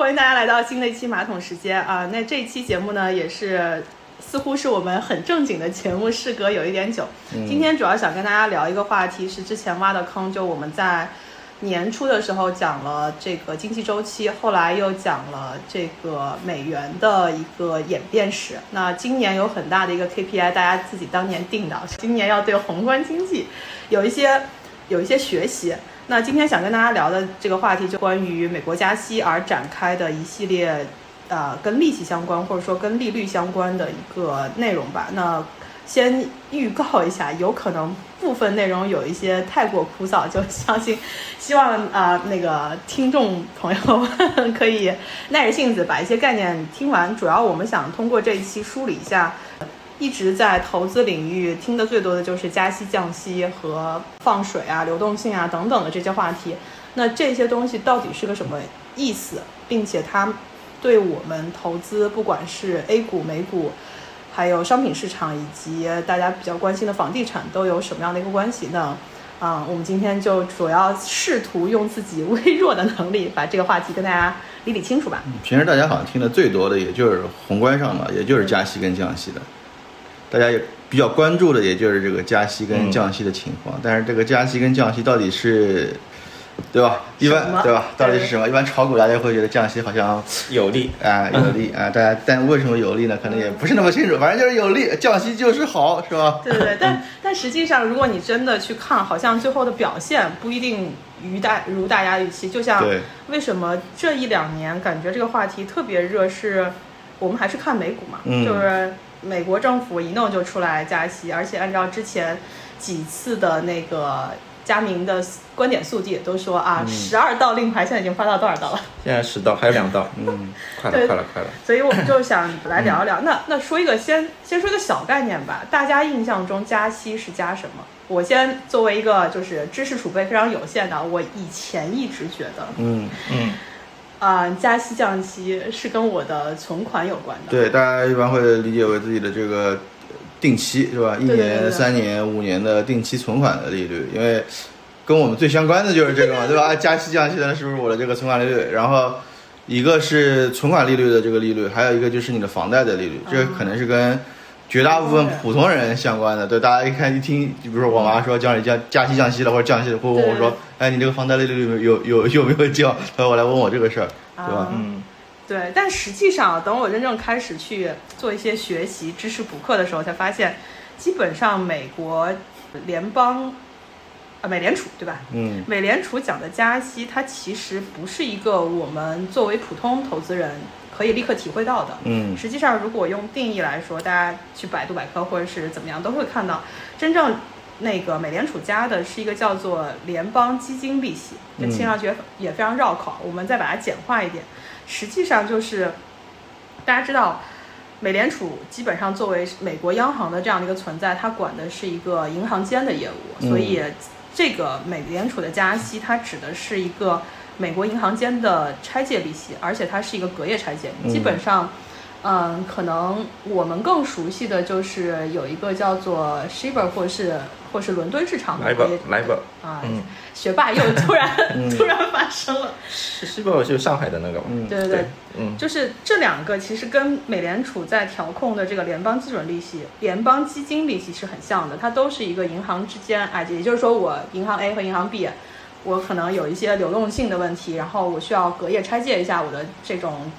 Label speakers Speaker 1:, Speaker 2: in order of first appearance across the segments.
Speaker 1: 欢迎大家来到新的一期马桶时间啊！那这一期节目呢，也是似乎是我们很正经的节目，事隔有一点久。今天主要想跟大家聊一个话题，是之前挖的坑，就我们在年初的时候讲了这个经济周期，后来又讲了这个美元的一个演变史。那今年有很大的一个 KPI，大家自己当年定的，今年要对宏观经济有一些有一些学习。那今天想跟大家聊的这个话题，就关于美国加息而展开的一系列，呃，跟利息相关或者说跟利率相关的一个内容吧。那先预告一下，有可能部分内容有一些太过枯燥，就相信希望啊、呃那个听众朋友们可以耐着性子把一些概念听完。主要我们想通过这一期梳理一下。一直在投资领域听得最多的就是加息、降息和放水啊、流动性啊等等的这些话题。那这些东西到底是个什么意思，并且它对我们投资，不管是 A 股、美股，还有商品市场以及大家比较关心的房地产，都有什么样的一个关系呢？啊、我们今天就主要试图用自己微弱的能力，把这个话题跟大家理理清楚吧。
Speaker 2: 平时大家好像听的最多的也就是宏观上
Speaker 1: 嗯
Speaker 2: 嘛，也就是加息跟降息的，大家也比较关注的也就是这个加息跟降息的情况。
Speaker 1: 嗯
Speaker 2: 但是这个加息跟降息到底是，对吧？一
Speaker 1: 什么
Speaker 2: 般对吧？到底是
Speaker 1: 对
Speaker 2: 什么？一般炒股大家会觉得降息好像啊、
Speaker 3: 有利。
Speaker 2: 有利啊、大家但为什么有利呢？可能也不是那么清楚，反正就是有利，降息就是好，是吧？
Speaker 1: 对对对，
Speaker 2: 嗯
Speaker 1: 但但实际上，如果你真的去看，好像最后的表现不一定于大如大家预期。就像
Speaker 2: 对
Speaker 1: 为什么这一两年感觉这个话题特别热，是我们还是看美股嘛，
Speaker 2: 嗯
Speaker 1: 就是美国政府一弄就出来加息，而且按照之前几次的那个。加明的观点速递都说
Speaker 2: 嗯
Speaker 1: 啊，十二道令牌现在已经发到多少道了？
Speaker 3: 现在十道，还有两道，
Speaker 2: 嗯，
Speaker 3: 快
Speaker 1: 对
Speaker 3: 了，快了，快了。
Speaker 1: 所以我们就想来聊一聊。那那说一个先先说一个小概念吧，大家印象中加息是加什么？我先作为一个就是知识储备非常有限的，我以前一直觉得
Speaker 2: 嗯。
Speaker 3: 嗯，
Speaker 1: 啊、加息降息是跟我的存款有关的。
Speaker 2: 对，大家一般会理解为自己的这个呃定期是吧？一
Speaker 1: 对对对对
Speaker 2: 年、三年、五年的定期存款的利率，因为跟我们最相关的就是这个嘛，对吧？啊加息降息的是不是我的这个存款利率？然后一个是存款利率的这个利率，还有一个就是你的房贷的利率，这个可能是跟。绝大部分普通人相关的，对大家一看一听，就比如说我妈说降息降加息降息了，或者降息了，或者问我
Speaker 1: 对
Speaker 2: 说，哎，你这个房贷利率有有有没有降？她后来问我这个事儿，
Speaker 1: 啊
Speaker 2: 对吧？
Speaker 3: 嗯，
Speaker 1: 对，但实际上等我真正开始去做一些学习、知识补课的时候，才发现，基本上美国呃联邦啊美联储对吧？
Speaker 2: 嗯
Speaker 1: 美联储讲的加息，它其实不是一个我们作为普通投资人可以立刻体会到的。
Speaker 2: 嗯，
Speaker 1: 实际上，如果用定义来说，大家去百度百科或者是怎么样，都会看到，真正那个美联储加的是一个叫做联邦基金利息，这
Speaker 2: 嗯
Speaker 1: 听上去也非常绕口，我们再把它简化一点，实际上就是大家知道。美联储基本上作为美国央行的这样的一个存在，它管的是一个银行间的业务，
Speaker 2: 嗯
Speaker 1: 所以这个美联储的加息，它指的是一个美国银行间的拆借利息，而且它是一个隔夜拆借，
Speaker 2: 嗯
Speaker 1: 基本上。嗯，可能我们更熟悉的就是有一个叫做 Shiver 或是或是伦敦市场的
Speaker 3: 嗯来吧
Speaker 1: 隔夜，
Speaker 3: 来吧。
Speaker 1: 啊，
Speaker 3: 嗯，
Speaker 1: 学霸又突 然、突然发生了，
Speaker 3: 西西伯就是上海的那个嘛。
Speaker 2: 嗯
Speaker 1: 对对对
Speaker 3: 对，嗯，
Speaker 1: 就是这两个其实跟美联储在调控的这个联邦基准利息、联邦基金利息是很像的，它都是一个银行之间，哎，也就是说我银行 A 和银行 B，我可能有一些流动性的问题，然后我需要隔夜拆借一下我的这种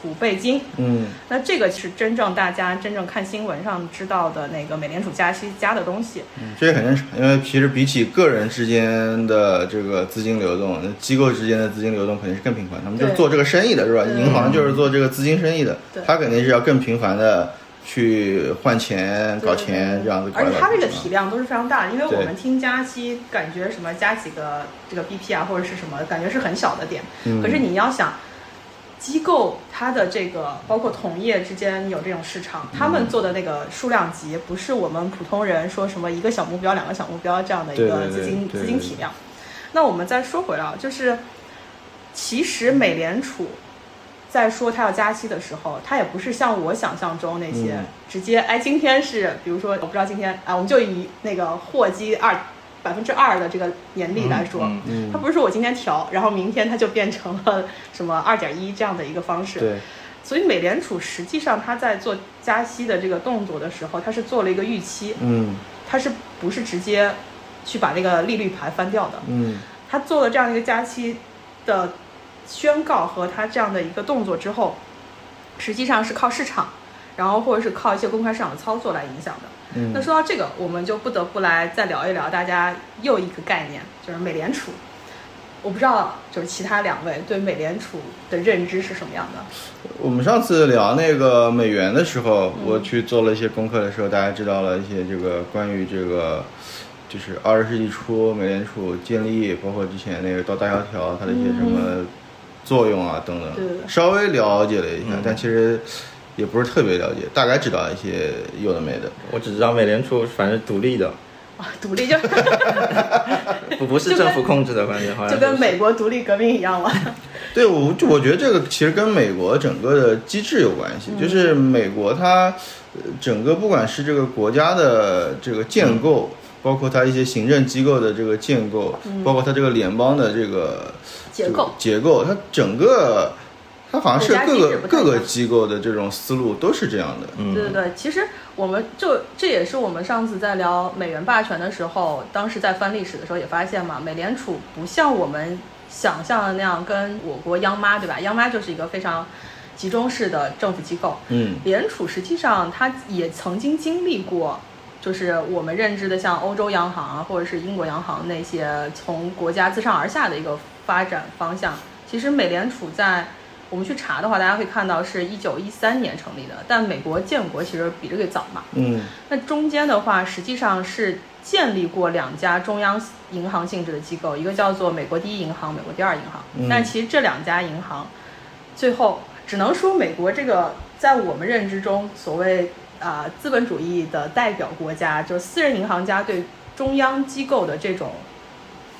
Speaker 1: 储备金，
Speaker 2: 嗯
Speaker 1: 那这个是真正大家真正看新闻上知道的那个美联储加息加的东西。
Speaker 2: 这也很正常，因为其实比起个人之间的这个资金流动，机构之间的资金流动肯定是更频繁。他们就是
Speaker 1: 对
Speaker 2: 做这个生意的，是吧？
Speaker 1: 对
Speaker 2: 银行就是做这个资金生意的
Speaker 1: 对，
Speaker 2: 他肯定是要更频繁的去换钱、搞
Speaker 1: 对对
Speaker 2: 钱
Speaker 1: 对
Speaker 2: 这样子搞
Speaker 1: 而
Speaker 2: 来搞
Speaker 1: 且
Speaker 2: 去。
Speaker 1: 它这个体量都是非常大的，因为
Speaker 2: 对
Speaker 1: 我们听加息，感觉什么加几个这个 BP 啊，或者是什么，感觉是很小的点。
Speaker 2: 嗯
Speaker 1: 可是你要想，机构它的这个包括同业之间有这种市场，
Speaker 2: 嗯
Speaker 1: 他们做的那个数量级，不是我们普通人说什么一个小目标、两个小目标这样的一个
Speaker 2: 对对对
Speaker 1: 资金
Speaker 2: 对
Speaker 1: 资金体量。那我们再说回来，啊，就是其实美联储在说它要加息的时候，它也不是像我想象中那些、
Speaker 2: 嗯
Speaker 1: 直接，哎，今天是比如说我不知道今天啊，我们就以那个货基二百分之二的这个年利来说，
Speaker 3: 嗯
Speaker 2: 嗯
Speaker 1: 它不是说我今天调，然后明天它就变成了什么二点一这样的一个方式。
Speaker 2: 对，
Speaker 1: 所以美联储实际上它在做加息的这个动作的时候，它是做了一个预期，
Speaker 2: 嗯
Speaker 1: 它是不是直接去把这个利率牌翻掉的？
Speaker 2: 嗯
Speaker 1: 它做了这样一个加息的宣告和它这样的一个动作之后，实际上是靠市场，然后或者是靠一些公开市场的操作来影响的。那
Speaker 2: 嗯，
Speaker 1: 说到这个，我们就不得不来再聊一聊大家又一个概念，就是美联储。我不知道，就是其他两位对美联储的认知是什么样的？
Speaker 2: 我们上次聊那个美元的时候，我去做了一些功课的时候，大家知道了一些这个关于这个。就是二十世纪初美联储建立，包括之前那个到大萧条，它的一些什么作用啊等
Speaker 1: 对对
Speaker 2: 等，
Speaker 1: 对
Speaker 2: 稍微了解了一下
Speaker 3: 嗯，
Speaker 2: 但其实也不是特别了解，大概知道一些有的没的。
Speaker 3: 我只知道美联储反正独立的，
Speaker 1: 啊，独立就
Speaker 3: 不不是
Speaker 1: 就跟
Speaker 3: 政府控制的，反正好像
Speaker 1: 就
Speaker 3: 都
Speaker 1: 跟
Speaker 3: 是
Speaker 1: 美国独立革命一样了。
Speaker 2: 对，我就我觉得这个其实跟美国整个的机制有关系，就是
Speaker 1: 嗯
Speaker 2: 美国它呃整个不管是这个国家的这个
Speaker 1: 嗯
Speaker 2: 建构，包括它一些行政机构的这个建构，包括它这个联邦的这个
Speaker 1: 嗯结构
Speaker 2: 结构，它整个它好像是
Speaker 1: 国
Speaker 2: 各
Speaker 1: 家机制
Speaker 2: 个
Speaker 1: 不太一
Speaker 2: 各
Speaker 1: 样
Speaker 2: 个机构的这种思路都是这样的。
Speaker 3: 嗯
Speaker 1: 对对对，其实我们就这也是我们上次在聊美元霸权的时候，当时在翻历史的时候也发现嘛，美联储不像我们想象的那样跟我国央妈对吧？央妈就是一个非常集中式的政府机构，
Speaker 2: 嗯
Speaker 1: 美联储实际上它也曾经经历过。就是我们认知的，像欧洲央行啊，或者是英国央行那些从国家自上而下的一个发展方向。其实美联储在我们去查的话，大家会看到是一九一三年成立的，但美国建国其实比这个早嘛。
Speaker 2: 嗯
Speaker 1: 那中间的话，实际上是建立过两家中央银行性质的机构，一个叫做美国第一银行，美国第二银行。
Speaker 2: 嗯
Speaker 1: 但其实这两家银行，最后只能说美国这个在我们认知中所谓啊、资本主义的代表国家，就是私人银行家对中央机构的这种。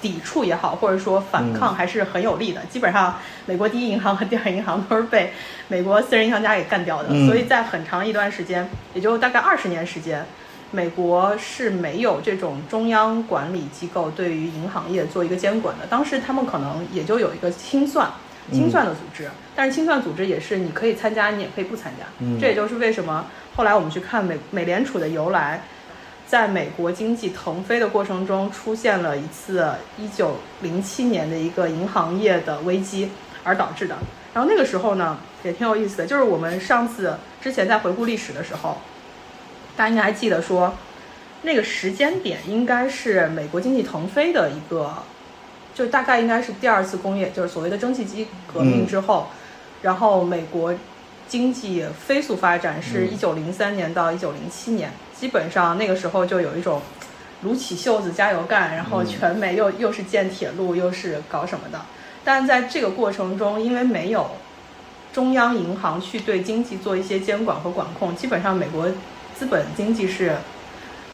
Speaker 1: 抵触也好，或者说反抗还是很有力的。基本上，美国第一银行和第二银行都是被美国私人银行家给干掉的。
Speaker 2: 嗯
Speaker 1: 所以在很长一段时间，也就大概二十年时间，美国是没有这种中央管理机构对于银行业做一个监管的。当时他们可能也就有一个清算。清算的组织，但是清算组织也是你可以参加，你也可以不参加。
Speaker 2: 嗯
Speaker 1: 这也就是为什么后来我们去看美美联储的由来，在美国经济腾飞的过程中，出现了一次1907年的一个银行业的危机而导致的。然后那个时候呢，也挺有意思的，就是我们上次之前在回顾历史的时候，大家应该还记得说，那个时间点应该是美国经济腾飞的一个，就大概应该是第二次工业，就是所谓的蒸汽机革命之后，然后美国经济飞速发展是一九零三年到一九零七年，基本上那个时候就有一种撸起袖子加油干，然后全美又、又是建铁路，又是搞什么的。但在这个过程中，因为没有中央银行去对经济做一些监管和管控，基本上美国资本经济是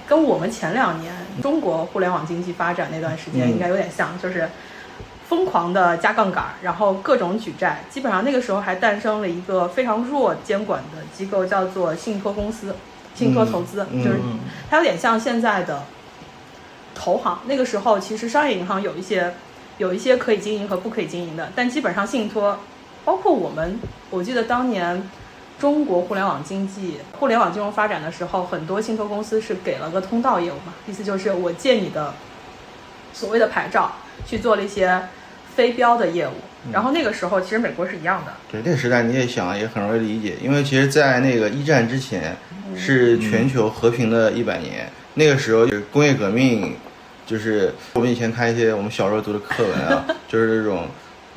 Speaker 1: 跟我们前两年中国互联网经济发展那段时间
Speaker 2: 嗯
Speaker 1: 应该有点像，就是疯狂的加杠杆，然后各种举债。基本上那个时候还诞生了一个非常弱监管的机构，叫做信托公司、信托投资，
Speaker 2: 嗯
Speaker 1: 就是
Speaker 3: 嗯
Speaker 1: 它有点像现在的投行。那个时候其实商业银行有一些有一些可以经营和不可以经营的，但基本上信托，包括我们，我记得当年。中国互联网经济、互联网金融发展的时候，很多信托公司是给了个通道业务嘛，意思就是我借你的所谓的牌照去做了一些非标的业务。
Speaker 2: 嗯
Speaker 1: 然后那个时候，其实美国是一样的，
Speaker 2: 对，那个时代你也想也很容易理解，因为其实，在那个一战之前是全球和平的一百年，那个时候就是工业革命，就是我们以前看一些我们小时候读的课文啊，就是这种，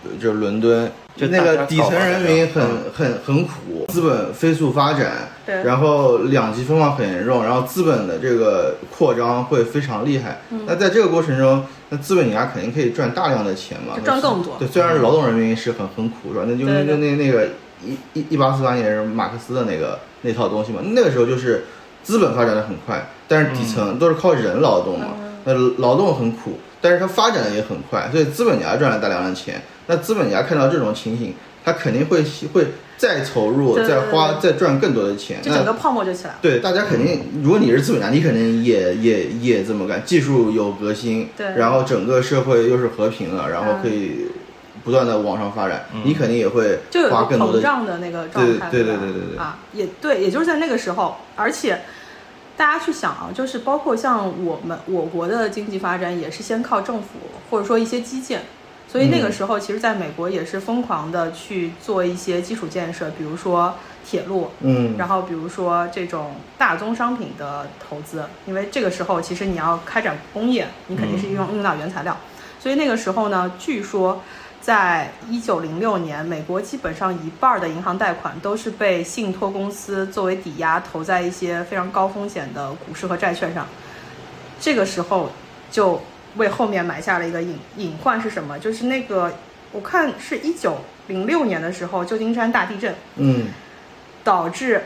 Speaker 2: 呃就是伦敦，
Speaker 3: 就
Speaker 2: 那
Speaker 3: 大
Speaker 2: 个
Speaker 3: 家
Speaker 2: 底层
Speaker 3: 搞
Speaker 2: 人民
Speaker 3: 搞
Speaker 2: 很很很苦，资本飞速发展，
Speaker 1: 对
Speaker 2: 然后两极分化很严重，然后资本的这个扩张会非常厉害。
Speaker 1: 嗯
Speaker 2: 那在这个过程中，那资本家肯定可以赚大量的钱嘛，
Speaker 1: 就赚更多嗯
Speaker 2: 对，虽然劳动人民是很很苦是吧？那就
Speaker 1: 对
Speaker 2: 那
Speaker 1: 对
Speaker 2: 就那那个一一一八四八年是马克思的那个那套东西嘛，那个时候就是资本发展的很快，但是底
Speaker 1: 嗯
Speaker 2: 层都是靠人劳动嘛，那劳动很苦，但是它发展的也很快，所以资本家赚了大量的钱。那资本家看到这种情形，他肯定会会再投入、
Speaker 1: 对对
Speaker 2: 再
Speaker 1: 对
Speaker 2: 花、再赚更多的钱。
Speaker 1: 就整
Speaker 2: 那
Speaker 1: 个泡沫就起来了。
Speaker 2: 对大家肯定，如果你是资本家，你肯定也也也这么干。技术有革新，
Speaker 1: 对
Speaker 2: 然后整个社会又是和平了，然后
Speaker 1: 嗯
Speaker 2: 可以不断的往上发展，你肯定也会
Speaker 1: 就有一
Speaker 2: 花
Speaker 1: 个
Speaker 2: 更多
Speaker 1: 膨
Speaker 2: 的
Speaker 1: 胀的那个状态，
Speaker 2: 对
Speaker 1: 吧
Speaker 2: 对对对对对
Speaker 1: 啊，也对，也就是在那个时候，而且大家去想啊，就是包括像我们我国的经济发展也是先靠政府或者说一些基建，所以那
Speaker 2: 嗯
Speaker 1: 个时候其实在美国也是疯狂的去做一些基础建设，比如说铁路，
Speaker 2: 嗯，
Speaker 1: 然后比如说这种大宗商品的投资，因为这个时候其实你要开展工业，你肯定是用用到原材料，所以那个时候呢，据说在一九零六年，美国基本上一半儿的银行贷款都是被信托公司作为抵押投在一些非常高风险的股市和债券上，这个时候就为后面埋下了一个隐隐患是什么？就是那个我看是一九零六年的时候，旧金山大地震。
Speaker 2: 嗯
Speaker 1: 导致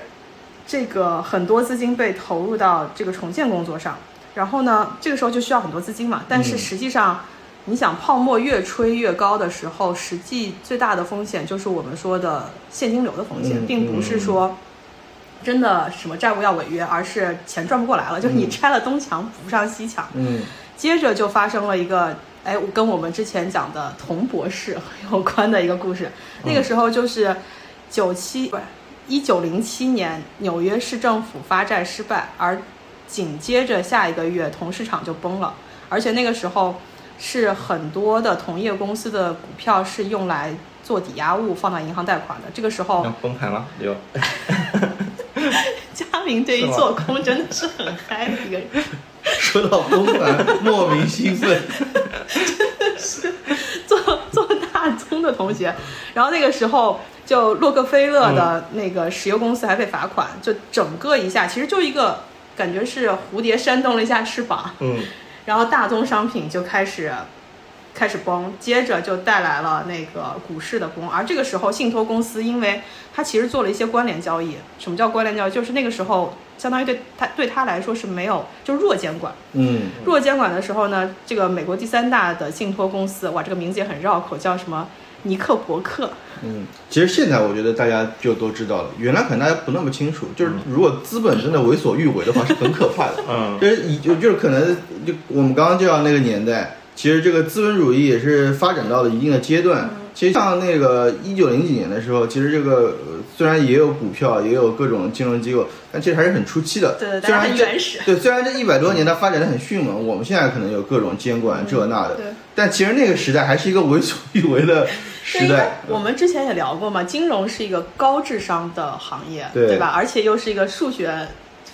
Speaker 1: 这个很多资金被投入到这个重建工作上。然后呢，这个时候就需要很多资金嘛。但是
Speaker 2: 嗯
Speaker 1: 实际上，你想泡沫越吹越高的时候，实际最大的风险就是我们说的现金流的风险，
Speaker 2: 嗯
Speaker 1: 并不是说真的什么债务要违约，而是钱赚不过来了，就是你拆了东墙补不上西墙。
Speaker 2: 嗯
Speaker 1: 接着就发生了一个，哎，我跟我们之前讲的童博士有关的一个故事。那个时候就是九七不是一九零七年，纽约市政府发债失败，而紧接着下一个月，铜市场就崩了，而且那个时候是很多的铜业公司的股票是用来做抵押物放到银行贷款的。这个时候
Speaker 3: 要，崩盘了，有
Speaker 1: 嘉明对于
Speaker 3: 是吗
Speaker 1: 做空真的是很嗨的一个人。
Speaker 2: 说到崩盘，莫名兴奋。
Speaker 1: 做做大宗的同学，然后那个时候就洛克菲勒的那个石油公司还被罚款，就整个一下，其实就一个感觉是蝴蝶扇动了一下翅膀，
Speaker 3: 嗯，
Speaker 1: 然后大宗商品就开始开始崩，接着就带来了那个股市的崩。而这个时候，信托公司因为它其实做了一些关联交易，什么叫关联交易？就是那个时候相当于对它对它来说是没有就弱监管。
Speaker 2: 嗯
Speaker 1: 弱监管的时候呢，这个美国第三大的信托公司，哇，这个名字也很绕口，叫什么尼克伯克？
Speaker 2: 嗯，其实现在我觉得大家就都知道了，原来可能大家不那么清楚，就是如果资本真的为所欲为的话，是很可怕的。
Speaker 3: 嗯
Speaker 2: 就是以就就是可能就我们刚刚介绍那个年代，其实这个资本主义也是发展到了一定的阶段。
Speaker 1: 嗯
Speaker 2: 其实像那个一九零几年的时候，其实这个呃虽然也有股票，也有各种金融机构，但其实还是很初期的。
Speaker 1: 对对对
Speaker 2: 虽然
Speaker 1: 还很
Speaker 2: 这
Speaker 1: 原始嗯
Speaker 2: 对，虽然这一百多年它发展的很迅猛，我们现在可能有各种监管这那的
Speaker 1: 对，
Speaker 2: 但其实那个时代还是一个为所欲为的时
Speaker 1: 对，因为
Speaker 2: 代。
Speaker 1: 我们之前也聊过嘛，金融是一个高智商的行业，
Speaker 2: 对
Speaker 1: 吧？而且又是一个数学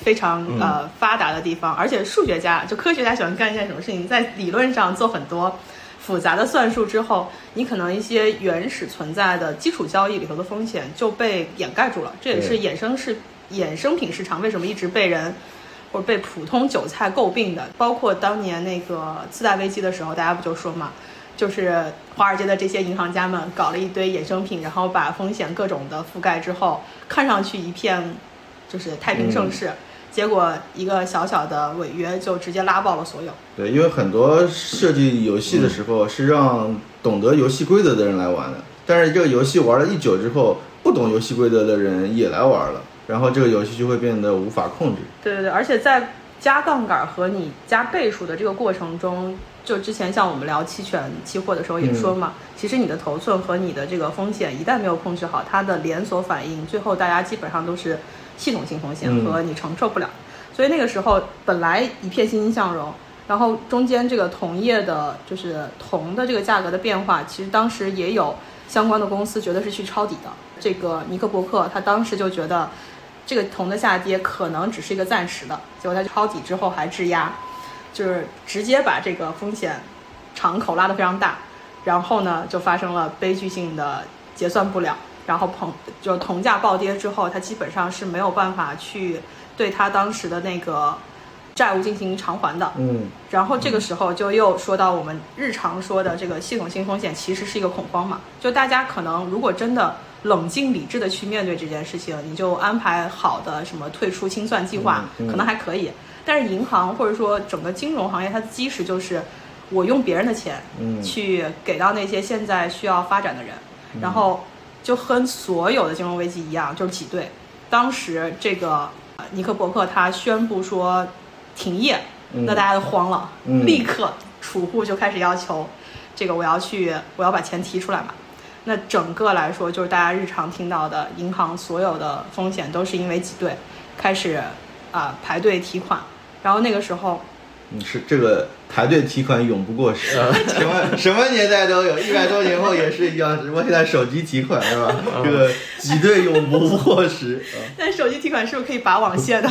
Speaker 1: 非常、
Speaker 3: 嗯
Speaker 1: 呃发达的地方，而且数学家就科学家喜欢干一件什么事情，在理论上做很多复杂的算术之后，你可能一些原始存在的基础交易里头的风险就被掩盖住了，这也是
Speaker 2: 对
Speaker 1: 衍生市衍生品市场为什么一直被人。或者被普通韭菜诟病的，包括当年那个次贷危机的时候，大家不就说嘛，就是华尔街的这些银行家们搞了一堆衍生品，然后把风险各种的覆盖之后，看上去一片就是太平盛世，结果一个小小的违约就直接拉爆了所有。
Speaker 2: 对，因为很多设计游戏的时候是让懂得游戏规则的人来玩的，但是这个游戏玩了一久之后，不懂游戏规则的人也来玩了，然后这个游戏就会变得无法控制。
Speaker 1: 对对对，而且在加杠杆和你加倍数的这个过程中，就之前像我们聊期权、期货的时候也说嘛，其实你的头寸和你的这个风险一旦没有控制好，它的连锁反应，最后大家基本上都是系统性风险
Speaker 2: 嗯
Speaker 1: 和你承受不了。所以那个时候本来一片欣欣向荣，然后中间这个铜业的，就是铜的这个价格的变化，其实当时也有相关的公司觉得是去抄底的。这个尼克伯克他当时就觉得，这个铜的下跌可能只是一个暂时的，结果他抄底之后还质押，就是直接把这个风险敞口拉得非常大，然后呢就发生了悲剧性的结算不了，然后膨就铜价暴跌之后，它基本上是没有办法去对它当时的那个债务进行偿还的。
Speaker 2: 嗯，
Speaker 1: 然后这个时候就又说到我们日常说的这个系统性风险，其实是一个恐慌嘛。就大家可能如果真的冷静理智的去面对这件事情，你就安排好的什么退出清算计划，
Speaker 2: 嗯嗯
Speaker 1: 可能还可以。但是银行或者说整个金融行业，它的基石就是我用别人的钱
Speaker 2: 嗯嗯
Speaker 1: 去给到那些现在需要发展的人，然后就和所有的金融危机一样，就是挤兑。当时这个呃尼克伯克他宣布说停业，
Speaker 2: 嗯
Speaker 1: 那大家都慌了，
Speaker 2: 嗯
Speaker 1: 立刻储户就开始要求这个我要去，我要把钱提出来嘛。那整个来说，就是大家日常听到的银行所有的风险都是因为挤兑开始啊、排队提款，然后那个时候
Speaker 2: 你嗯是这个排队提款永不过时，什么什么年代都有，一百多年后也是一样。只不过现在手机提款是吧？这个挤兑永不过时，啊
Speaker 1: 但手机提款是不是可以拔网线的？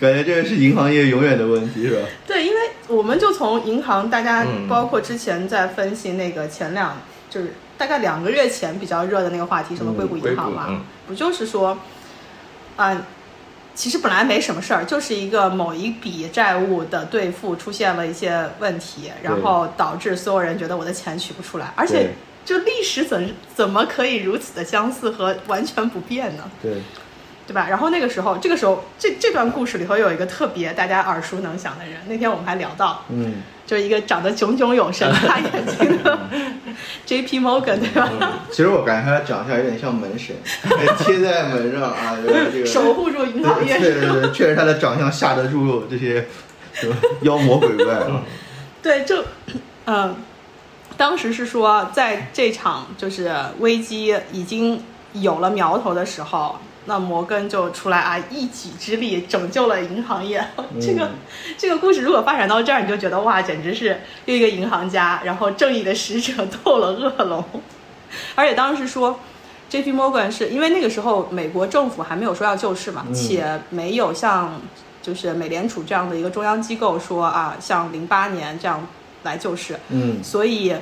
Speaker 2: 感觉这个是银行业永远的问题是吧？
Speaker 1: 对，因为我们就从银行，大家
Speaker 3: 嗯
Speaker 1: 包括之前在分析那个前两，就是大概两个月前比较热的那个话题，什么硅谷银行嘛，
Speaker 3: 嗯硅谷嗯
Speaker 1: 不就是说，啊、其实本来没什么事儿，就是一个某一笔债务的兑付出现了一些问题，然后导致所有人觉得我的钱取不出来，而且
Speaker 2: 对
Speaker 1: 就历史怎怎么可以如此的相似和完全不变呢？
Speaker 2: 对，
Speaker 1: 对吧？然后那个时候，这个时候这这段故事里头有一个特别大家耳熟能详的人，那天我们还聊到，
Speaker 2: 嗯，
Speaker 1: 就是一个长得炯炯有神、大眼睛的
Speaker 2: 嗯
Speaker 1: J.P. Morgan，对吧？
Speaker 2: 其实我感觉他长相有点像门神， 贴在门上啊，就 是这个
Speaker 1: 守护住银行
Speaker 2: 对
Speaker 1: 业
Speaker 2: 对对对，确实他的长相吓得住这些什么妖魔鬼 怪啊。
Speaker 1: 对，就，嗯，当时是说，在这场就是危机已经有了苗头的时候，那摩根就出来啊，一己之力拯救了银行业。 这个这个故事如果发展到这儿，你就觉得哇，简直是又一个银行家，然后正义的使者 斗了恶龙。 而且当时说。J.P. Morgan 是因为那个时候美国政府还没有说要救市嘛，
Speaker 2: 嗯
Speaker 1: 且没有像就是美联储这样的一个中央机构说啊，像零八年这样来救市，
Speaker 2: 嗯
Speaker 1: 所以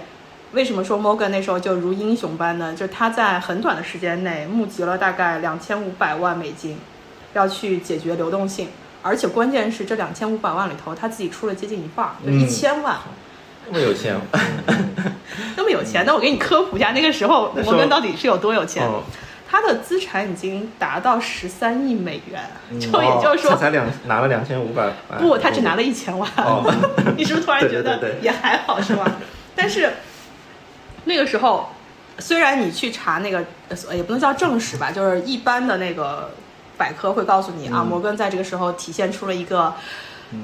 Speaker 1: 为什么说 Morgan 那时候就如英雄般呢？就是他在很短的时间内募集了大概两千五百万美金，要去解决流动性，而且关键是这两千五百万里头他自己出了接近一半儿，就
Speaker 2: 嗯
Speaker 1: 一千万，
Speaker 3: 那么有钱，
Speaker 1: 那么有钱。那我给你科普一下，那个时候
Speaker 3: 那时候
Speaker 1: 摩根到底是有多有钱？
Speaker 3: 哦，
Speaker 1: 他的资产已经达到十三亿美元，就
Speaker 3: 哦哎
Speaker 1: 也就是
Speaker 3: 他
Speaker 1: 说。
Speaker 3: 才两拿了两千五百，
Speaker 1: 不，他只拿
Speaker 3: 了，
Speaker 1: 了一千万。
Speaker 3: 哦，
Speaker 1: 你是不是突然觉
Speaker 3: 对对
Speaker 1: 得
Speaker 3: 对对
Speaker 1: 也还好是 吧？但是那个时候，虽然你去查那个呃也不能叫正史吧，就是一般的那个百科会告诉
Speaker 3: 嗯
Speaker 1: 你啊，摩根在这个时候体现出了一个。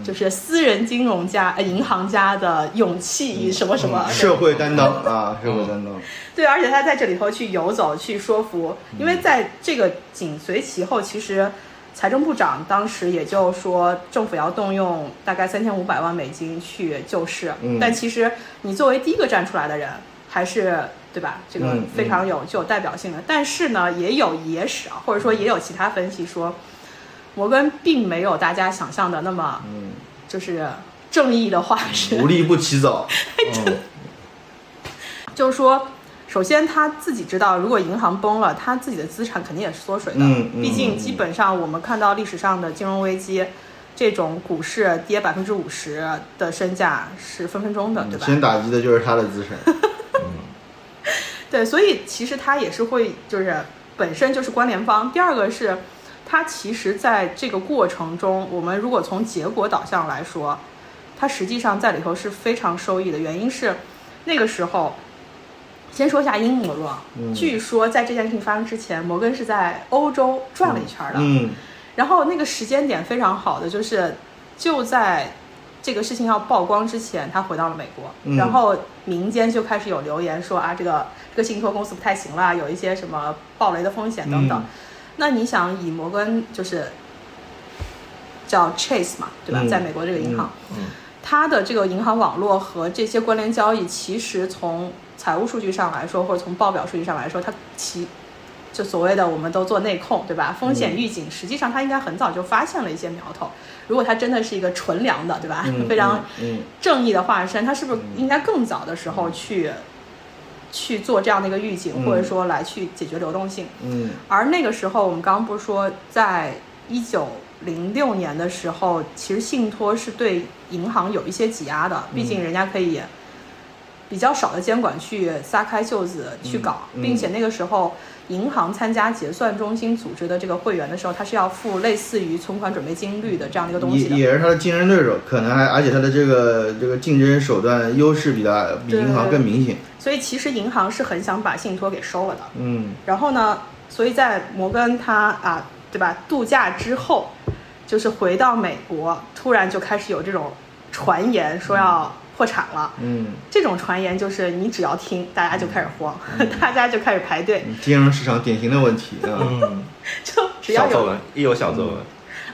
Speaker 1: 就是私人金融家、呃、银行家的勇
Speaker 3: 嗯
Speaker 1: 气，什么什么，
Speaker 2: 社会担当
Speaker 1: 嗯
Speaker 2: 啊，社会担当。
Speaker 1: 对，而且他在这里头去游走、去说服，因
Speaker 2: 嗯
Speaker 1: 为在这个紧随其后，其实财政部长当时也就说政府要动用大概三千五百万美金去救市，
Speaker 2: 嗯
Speaker 1: 但其实你作为第一个站出来的人，还是对吧？这个
Speaker 2: 嗯
Speaker 1: 非常有具有代表性的。但是呢，也有野史啊，或者说也有其他分析说，摩根并没有大家想象的那么
Speaker 2: 嗯，
Speaker 1: 就是正义的化身
Speaker 2: 无。利不起早。
Speaker 1: 就是说，首先他自己知道，如果银行崩了，他自己的资产肯定也是缩水的。
Speaker 2: 嗯嗯
Speaker 1: 毕竟基本上我们看到历史上的金融危机，这种股市跌百分之五十的身价是分分钟的，嗯对吧？
Speaker 2: 嗯先打击的就是他的资产。
Speaker 1: 对，所以其实它也是会，就是本身就是关联方。第二个是，它其实在这个过程中，我们如果从结果导向来说，它实际上在里头是非常受益的。原因是那个时候，先说一下阴谋论啊。
Speaker 2: 嗯
Speaker 1: 据说在这件事情发生之前，摩根是在欧洲 转了一圈儿的。
Speaker 2: 嗯
Speaker 1: 然后那个时间点非常好的，就是就在这个事情要曝光之前，他回到了美国，
Speaker 2: 嗯
Speaker 1: 然后民间就开始有留言说啊，这个这个信托公司不太行啦，有一些什么暴雷的风险等等。
Speaker 2: 嗯
Speaker 1: 那你想，以摩根就是叫 Chase 嘛，对吧？
Speaker 2: 嗯
Speaker 1: 在美国这个银行，
Speaker 3: 嗯嗯
Speaker 1: 它的这个银行网络和这些关联交易，其实从财务数据上来说，或者从报表数据上来说，它其就所谓的我们都做内控，对吧？风
Speaker 2: 嗯
Speaker 1: 险预警，实际上它应该很早就发现了一些苗头。如果它真的是一个纯良的，对吧？
Speaker 2: 嗯，
Speaker 1: 非常
Speaker 2: 嗯
Speaker 1: 正义的化身，它是不是应该更早的时候去、去做这样的一个预警，
Speaker 2: 嗯
Speaker 1: 或者说来去解决流动性？
Speaker 2: 嗯
Speaker 1: 而那个时候，我们刚刚不是说，在一九零六年的时候，其实信托是对银行有一些挤压
Speaker 2: 嗯
Speaker 1: 的，毕竟人家可以比较少的监管去撒开袖子去搞，
Speaker 2: 嗯嗯
Speaker 1: 并且那个时候银行参加结算中心组织的这个会员的时候，它是要付类似于存款准备金率的这样的一个
Speaker 2: 嗯，
Speaker 1: 东西
Speaker 2: 也
Speaker 1: 的。
Speaker 2: 也是他的竞争对手，可能还而且他的这个这个竞争手段优势比他比银行更明显。
Speaker 1: 所以其实银行是很想把信托给收了的。
Speaker 2: 嗯
Speaker 1: 然后呢，所以在摩根他啊，对吧？度假之后，就是回到美国，突然就开始有这种传言说要破产了。
Speaker 2: 嗯，
Speaker 1: 这种传言就是你只要听，大家就开始慌， 大家就开始排队，
Speaker 2: 嗯金融市场典型的问题啊，
Speaker 3: 嗯，
Speaker 1: 就 只
Speaker 3: 小
Speaker 1: 要
Speaker 3: 作
Speaker 1: 有，
Speaker 3: 文一有小作文，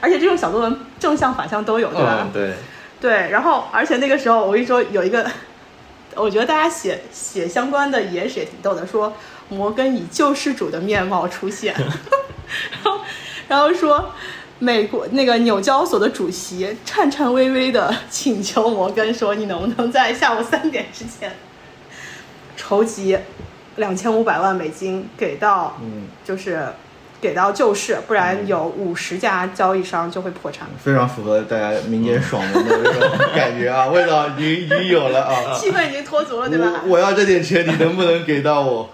Speaker 1: 而且这种小作文正向反向都有，对吧？
Speaker 3: 嗯，对，
Speaker 1: 对，然后而且那个时候我跟你说有一个， 我觉得大家写写相关的野史也挺逗的，说摩根以救世主的面貌出现， 然后然后说美国那个纽交所的主席颤颤巍巍的请求摩根说，你能不能在下午三点之前 筹集两千五百万美金给到
Speaker 2: 嗯，
Speaker 1: 就是给到救市，不然有五十家交易商就会破产。
Speaker 2: 非常符合大家民间爽文的这种感觉啊， 味道已经已经有了啊。
Speaker 1: 气氛已经脱足了，对吧？
Speaker 2: 我我要这点钱，你能不能给到我？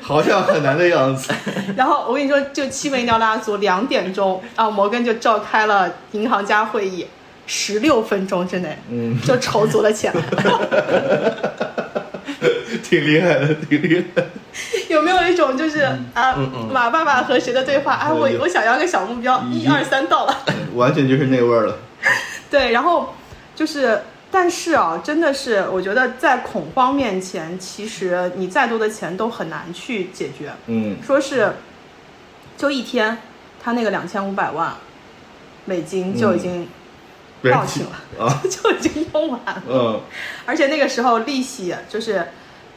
Speaker 2: 好像很难的样子。
Speaker 1: 然后我跟你说，就气氛一定要拉足。两点钟啊，摩根就召开了银行家会议，十六分钟之内，
Speaker 2: 嗯，
Speaker 1: 就筹足了 钱，
Speaker 2: 挺厉害的，挺厉害的。
Speaker 1: 有没有一种就是啊，马爸爸和谁的对话？嗯啊，我
Speaker 2: 有
Speaker 1: 我想要个小目标，一
Speaker 2: 一
Speaker 1: 二三到了。
Speaker 2: 完全就是那味儿了。
Speaker 1: 对，然后就是，但是啊，真的是，我觉得在恐慌面前，其实你再多的钱都很难去解决。
Speaker 2: 嗯
Speaker 1: 说是就一天，他那个两千五百万美金就已经、
Speaker 2: 被人
Speaker 1: 报
Speaker 2: 踢
Speaker 1: 警了
Speaker 2: 啊，
Speaker 1: 就已经用完了，
Speaker 2: 嗯
Speaker 1: 而且那个时候利息就是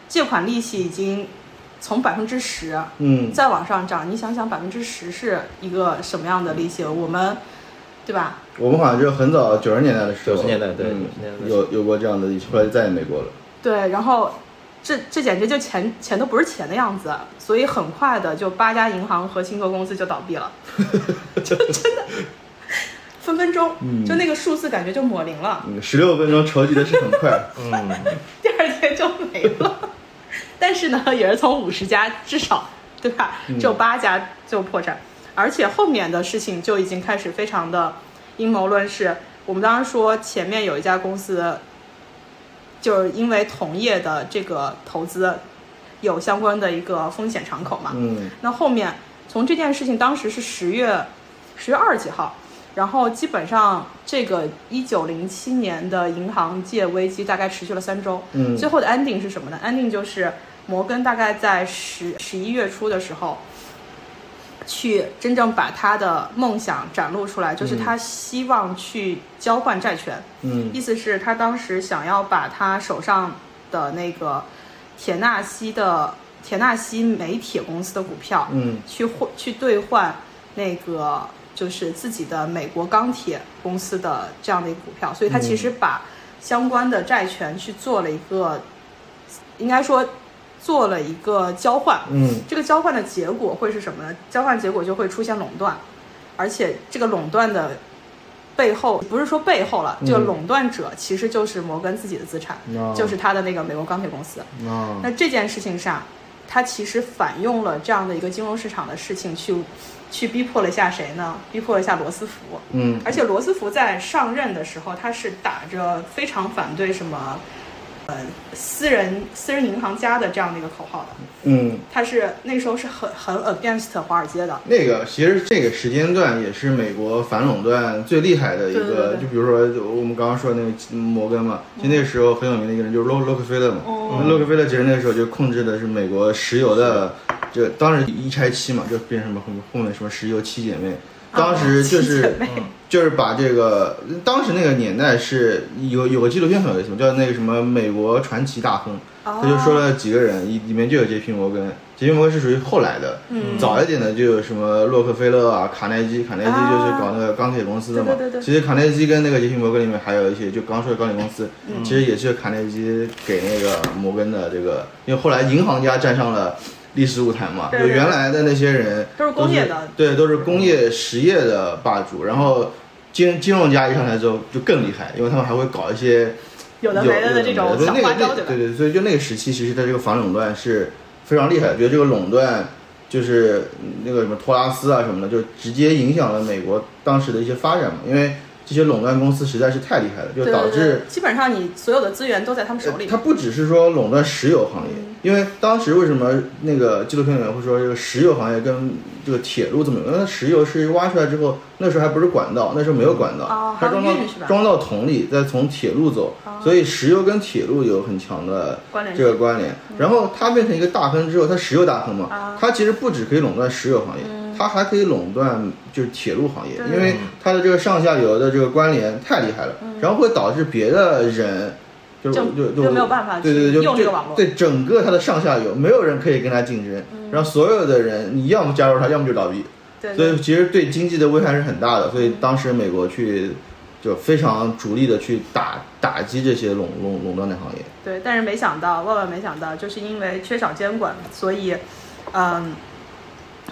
Speaker 1: 借款利息已经从百分之十
Speaker 2: 嗯
Speaker 1: 再往上涨，你想想百分之十是一个什么样的利息？我们对吧？
Speaker 2: 我们好像就很早九十年代的时候，
Speaker 3: 90年代对
Speaker 2: 嗯
Speaker 3: 90年代
Speaker 2: 有有过这样的意识，后来就再也没过了。
Speaker 1: 对，然后这这简直就钱钱都不是钱的样子，所以很快的就八家银行和信托公司就倒闭了，就真的分分钟
Speaker 2: 嗯
Speaker 1: 就那个数字感觉就抹零了。
Speaker 2: 嗯，十六分钟筹集的是很 快，
Speaker 3: 嗯，
Speaker 1: 第二天就没了。但是呢，也是从五十家至少，对吧？只有八家就破产，而且后面的事情就已经开始非常的阴谋论是。我们当时说前面有一家公司，就是因为同业的这个投资有相关的一个风险敞口嘛，
Speaker 2: 嗯
Speaker 1: 那后面从这件事情，当时是十月十月二十几号，然后基本上这个一九零七年的银行界危机大概持续了三周。
Speaker 2: 嗯
Speaker 1: 最后的 ending 是什么呢？ending 就是摩根大概在十十一月初的时候。去真正把他的梦想展露出来，就是他希望去交换债权，
Speaker 2: 嗯
Speaker 1: 意思是，他当时想要把他手上的那个铁纳西的铁纳西煤铁公司的股票，
Speaker 2: 嗯
Speaker 1: 去换去兑换那个就是自己的美国钢铁公司的这样的一个股票，所以他其
Speaker 2: 嗯
Speaker 1: 实把相关的债权去做了一个，应该说做了一个交换。
Speaker 2: 嗯
Speaker 1: 这个交换的结果会是什么呢？交换结果就会出现垄断，而且这个垄断的背后不是说背后了，
Speaker 2: 嗯
Speaker 1: 这个垄断者其实就是摩根自己的资产，
Speaker 2: 哦
Speaker 1: 就是他的那个美国钢铁公司。
Speaker 2: 啊
Speaker 1: 那这件事情上，他其实反用了这样的一个金融市场的事情去，去逼迫了一下谁呢？逼迫了一下罗斯福。
Speaker 2: 嗯
Speaker 1: 而且罗斯福在上任的时候，他是打着非常反对什么，呃，私人私人银行家的这样的一个口号的。
Speaker 2: 嗯，
Speaker 1: 他是那时候是很很 against 华尔街的，
Speaker 2: 那个其实这个时间段也是美国反垄断最厉害的一
Speaker 1: 对对
Speaker 2: 个，
Speaker 1: 对嗯
Speaker 2: 就比如说我们刚刚说的那个摩根嘛，就那个时候很有名的一个人就是洛洛克菲勒嘛，
Speaker 1: 哦
Speaker 2: 洛克菲勒其实那个时候就控制的是美国石油的，就当时一拆七嘛，就变成什么后面后面什么石油七姐妹，当时就
Speaker 1: 啊七姐
Speaker 2: 是。嗯
Speaker 1: 妹
Speaker 2: 就是把这个当时那个年代是有有个纪录片很有意思，叫那个什么美国传奇大亨，
Speaker 1: 哦
Speaker 2: 他就说了几个人，里里面就有杰皮摩根，杰皮摩根是属于后来的，
Speaker 1: 嗯
Speaker 2: 早一点的就有什么洛克菲勒啊、卡耐基，卡耐基就是搞那个钢铁公司的嘛。
Speaker 1: 啊对对对对
Speaker 2: 其实卡耐基跟那个杰皮摩根里面还有一些，就刚说的钢铁公司，
Speaker 1: 嗯
Speaker 2: 其实也是卡耐基给那个摩根的这个，因为后来银行家站上了。历史舞台嘛，
Speaker 1: 对
Speaker 2: 就
Speaker 1: 对对
Speaker 2: 原来的那些人
Speaker 1: 都是工业的
Speaker 2: 对，都是工业实业的霸主。然后金金融家一上来之后就更厉害，因为他们还会搞一些
Speaker 1: 有的没的的这种
Speaker 2: 有
Speaker 1: 小
Speaker 2: 那个
Speaker 1: 花招，
Speaker 2: 对
Speaker 1: 对吧？
Speaker 2: 对，所以就那个时期，其实它这个反垄断是非常厉害的。比如这个垄断，就是那个什么托拉斯啊什么的，就直接影响了美国当时的一些发展嘛。因为这些垄断公司实在是太厉害了，就
Speaker 1: 对
Speaker 2: 导
Speaker 1: 对
Speaker 2: 致
Speaker 1: 对，基本上你所有的资源都在他们手
Speaker 2: 呃
Speaker 1: 里。嗯
Speaker 2: 它不只是说垄断石油行业，因为当时为什么那个纪录片里面会说这个石油行业跟这个铁路怎么有关？那石油是挖出来之后，那时候还不是管道，那时候没有管道，
Speaker 1: 哦
Speaker 2: 它装到
Speaker 1: 还有运是吧哦
Speaker 2: 装到桶里，再从铁路走，所以石油跟铁路有很强的
Speaker 1: 关联
Speaker 2: 这个关联。然后它变成一个大亨之后，它石油大亨嘛，
Speaker 1: 嗯啊嗯
Speaker 2: 它其实不只可以垄断石油行业，它还可以垄断就是铁路行业，
Speaker 1: 对嗯
Speaker 2: 因为它的这个上下游的这个关联太厉害了，然后会导致别的人。就
Speaker 1: 就
Speaker 2: 就
Speaker 1: 就没有办法
Speaker 2: 对对对，
Speaker 1: 去
Speaker 2: 就
Speaker 1: 用这
Speaker 2: 就
Speaker 1: 个网络嗯
Speaker 2: 对整个它的上下游，没有人可以跟它竞争，然后所有的人你要么加入它，要么就倒闭，
Speaker 1: 对
Speaker 2: 所
Speaker 1: 对
Speaker 2: 以其实对经济的危害是很大的。所以当时美国去就非常逐利的去打打击这些垄垄垄断的行业，
Speaker 1: 对，但是没想到，万万没想到，就是因为缺少监管，所以，嗯，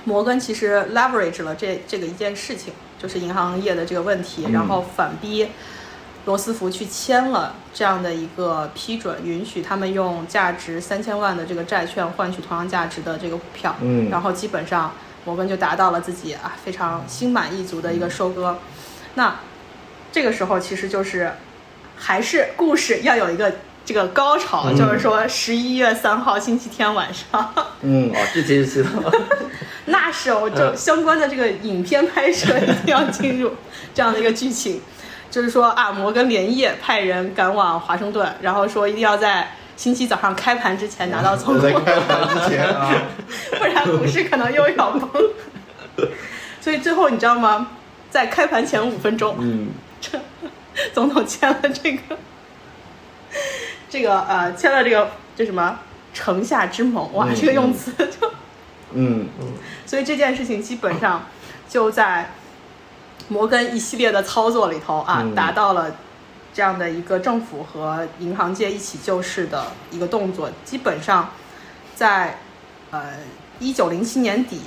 Speaker 1: 摩根其实 leverage 了这这个一件事情，就是银行业的这个问题，然后反逼罗斯福去签了这样的一个批准，允许他们用价值三千万的这个债券换取同样价值的这个股票，
Speaker 2: 嗯
Speaker 1: 然后基本上摩根就达到了自己啊非常心满意足的一个收割。
Speaker 2: 嗯
Speaker 1: 那这个时候其实就是还是故事要有一个这个高潮，
Speaker 2: 嗯
Speaker 1: 就是说十一月三号星期天晚上，
Speaker 2: 嗯，
Speaker 3: 哦，这其实知道，
Speaker 1: 那是我就相关的这个影片拍摄一定要进入 这样的一个剧情，就是说啊，摩根连夜派人赶往华盛顿，然后说一定要在星期早上开盘之前拿到
Speaker 2: 我
Speaker 1: 存
Speaker 2: 在
Speaker 1: 货，
Speaker 2: 开盘之前啊，
Speaker 1: 不然股市可能又要崩。所以最后你知道吗？在开盘前五分钟，
Speaker 2: 嗯，
Speaker 1: 总统签了这个，这个呃，签了这个这什么“城下之盟”哇，
Speaker 2: 嗯
Speaker 1: 这个用词就，
Speaker 2: 嗯，
Speaker 1: 所以这件事情基本上就在摩根一系列的操作里头啊，
Speaker 2: 嗯
Speaker 1: 达到了这样的一个政府和银行界一起救市的一个动作。基本上在呃一九零七年底，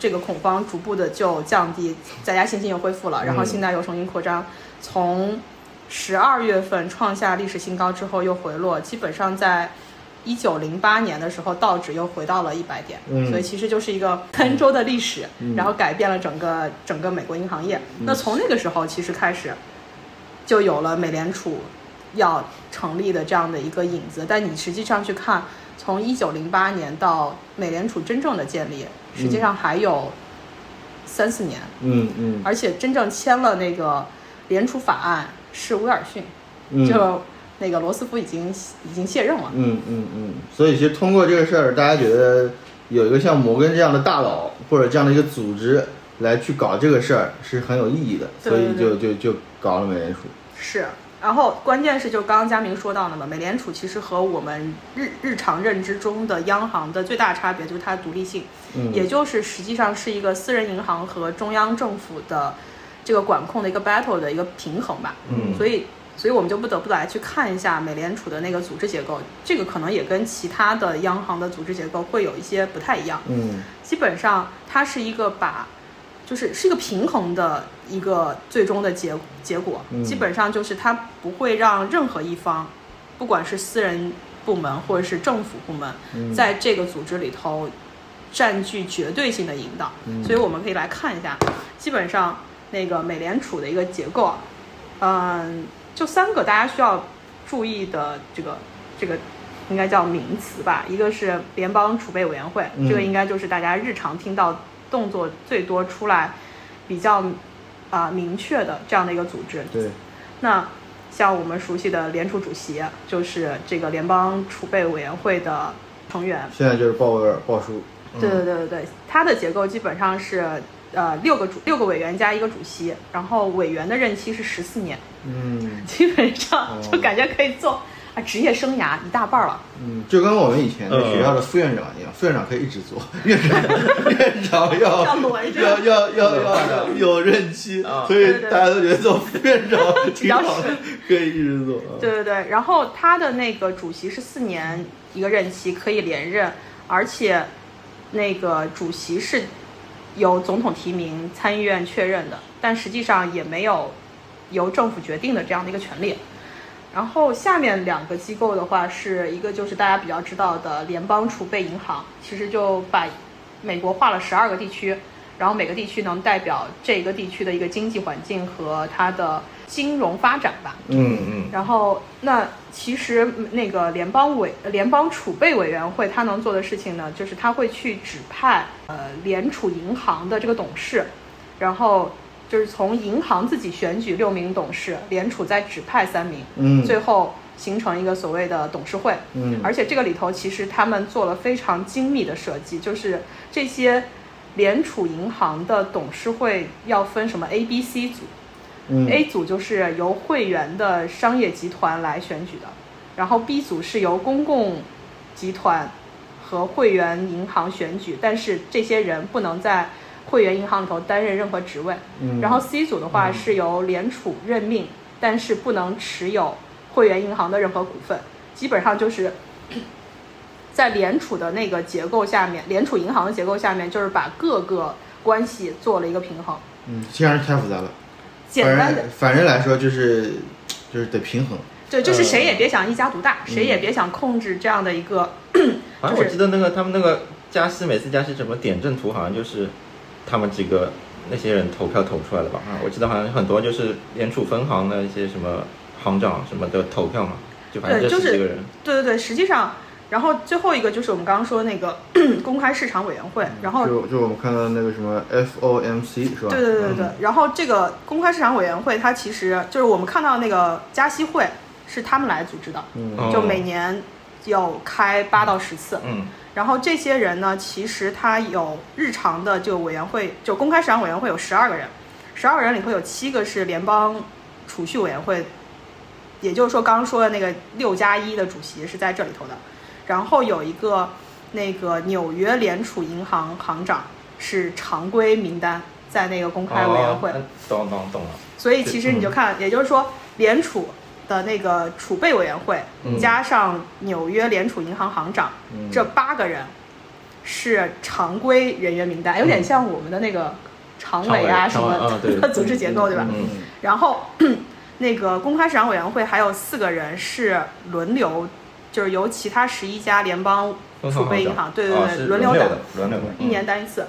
Speaker 1: 这个恐慌逐步的就降低，大家信心又恢复了，然后
Speaker 2: 嗯
Speaker 1: 信贷又重新扩张，从十二月份创下历史新高之后又回落，基本上在一九零八年的时候，道指又回到了一百点，
Speaker 2: 嗯
Speaker 1: 所以其实就是一个坑州的历史，然后改变了整个整个美国银行业。
Speaker 2: 嗯
Speaker 1: 那从那个时候其实开始，就有了美联储要成立的这样的一个影子。但你实际上去看，从一九零八年到美联储真正的建立，实际上还有三四年，
Speaker 2: 嗯嗯
Speaker 1: 而且真正签了那个联储法案是威尔逊，
Speaker 2: 嗯，
Speaker 1: 就那个罗斯福已经已经卸任了。
Speaker 2: 嗯嗯嗯，所以其实通过这个事儿，大家觉得有一个像摩根这样的大佬或者这样的一个组织来去搞这个事儿是很有意义的，
Speaker 1: 对对
Speaker 2: 所以就就就搞了美联储。
Speaker 1: 是，然后关键是就刚刚佳明说到的嘛，美联储其实和我们日日常认知中的央行的最大差别就是它的独立性，
Speaker 2: 嗯
Speaker 1: 也就是实际上是一个私人银行和中央政府的这个管控的一个 battle 的一个平衡吧。
Speaker 2: 嗯
Speaker 1: 所以，所以我们就不得不来去看一下美联储的那个组织结构，这个可能也跟其他的央行的组织结构会有一些不太一样。
Speaker 2: 嗯
Speaker 1: 基本上它是一个把，就是是一个平衡的一个最终的结结果、
Speaker 2: 嗯
Speaker 1: 基本上就是它不会让任何一方，不管是私人部门或者是政府部门，
Speaker 2: 嗯
Speaker 1: 在这个组织里头占据绝对性的引导、
Speaker 2: 嗯
Speaker 1: 所以我们可以来看一下，基本上那个美联储的一个结构啊，嗯，就三个大家需要注意的这个这个应该叫名词吧，一个是联邦储备委员会，
Speaker 2: 嗯
Speaker 1: 这个应该就是大家日常听到动作最多出来比较啊、明确的这样的一个组织。
Speaker 2: 对，
Speaker 1: 那像我们熟悉的联储主席，啊就是这个联邦储备委员会的成员。
Speaker 2: 现在就是鲍威尔鲍叔。
Speaker 1: 对对对对对，它的结构基本上是呃六个主六个委员加一个主席，然后委员的任期是十四年，
Speaker 2: 嗯
Speaker 1: 基本上就感觉可以做啊职业生涯一大半儿了。
Speaker 2: 嗯，就跟我们以前在学校的副院长一样，副院长可以一直做， 院长院长要
Speaker 1: 要轮着
Speaker 2: 要要要要有任期
Speaker 3: 啊，
Speaker 2: 所以大家都觉得做副院长挺
Speaker 1: 较
Speaker 2: 好的
Speaker 1: 实，
Speaker 2: 可以一直做。啊
Speaker 1: 对对对，然后他的那个主席是四年一个任期，可以连任，而且那个主席是由总统提名、参议院确认的，但实际上也没有由政府决定的这样的一个权利。然后下面两个机构的话，是一个就是大家比较知道的联邦储备银行，其实就把美国划了十二个地区，然后每个地区能代表这一个地区的一个经济环境和它的金融发展吧。
Speaker 2: 嗯
Speaker 3: 嗯
Speaker 1: 然后，那其实嗯那个联邦委联邦储备委员会它能做的事情呢，就是它会去指派呃联储银行的这个董事，然后就是从银行自己选举六名董事，联储再指派三名，
Speaker 2: 嗯
Speaker 1: 最后形成一个所谓的董事会。
Speaker 2: 嗯
Speaker 1: 而且这个里头其实他们做了非常精密的设计，就是这些联储银行的董事会要分什么 A、B、C 组。
Speaker 2: 嗯
Speaker 1: A 组就是由会员的商业集团来选举的，然后 B 组是由公共集团和会员银行选举，但是这些人不能在会员银行里头担任任何职位。
Speaker 2: 嗯
Speaker 1: 然后 C 组的话是由联储任命，但是不能持有会员银行的任何股份，基本上就是。在联储的那个结构下面，联储银行的结构下面，就是把各个关系做了一个平衡。
Speaker 2: 嗯，这样太复杂了。
Speaker 1: 简单的
Speaker 2: 反，反正来说就是就是得平衡。
Speaker 1: 对，就是谁也
Speaker 2: 呃
Speaker 1: 别想一家独大，谁也别想控制这样的一个，
Speaker 3: 好像我记得那个他们那个加息，每次加息什么点阵图，好像就是他们几个那些人投票投出来的吧？
Speaker 1: 嗯
Speaker 3: 啊，我记得好像很多就是联储分行的一些什么行长什么的投票嘛，就反正
Speaker 1: 对
Speaker 3: 这
Speaker 1: 就
Speaker 3: 十
Speaker 1: 是
Speaker 3: 几个人。
Speaker 1: 对对对，实际上，然后最后一个就是我们刚刚说那个 公开市场委员会，然后
Speaker 2: 就就我们看到那个什么 FOMC 是吧？
Speaker 1: 哦对对对对对，然后这个公开市场委员会它其实就是我们看到那个加息会是他们来组织的，
Speaker 2: 嗯
Speaker 3: 哦
Speaker 1: 就每年要开八到十次，
Speaker 3: 嗯
Speaker 1: 然后这些人呢，其实他有日常的这个委员会，就公开市场委员会有十二个人，十二个人里头有七个是联邦储蓄委员会，也就是说刚刚说的那个六加一的主席是在这里头的，然后有一个那个纽约联储银行行长是常规名单在那个公开委员会，
Speaker 3: 哦懂懂懂了，
Speaker 1: 所以其实
Speaker 3: 嗯
Speaker 1: 你就看，也就是说，联储的那个储备委员会、
Speaker 3: 嗯
Speaker 1: 加上纽约联储银行行长、这八个人是常规人员名单，有点像我们的那个常委啊什
Speaker 3: 嗯常委常委
Speaker 1: 么
Speaker 3: 啊对
Speaker 1: 的 组织结构，对吧？
Speaker 3: 嗯
Speaker 1: 然后 那个公开市场委员会还有四个人是轮流，就是由其他十一家联邦
Speaker 3: 分
Speaker 1: 储
Speaker 3: 行
Speaker 1: 备银
Speaker 3: 长
Speaker 1: 行，对对对，
Speaker 3: 哦是
Speaker 1: 轮
Speaker 3: 流
Speaker 1: 打
Speaker 3: 的，轮流的，嗯
Speaker 1: 一年单一次。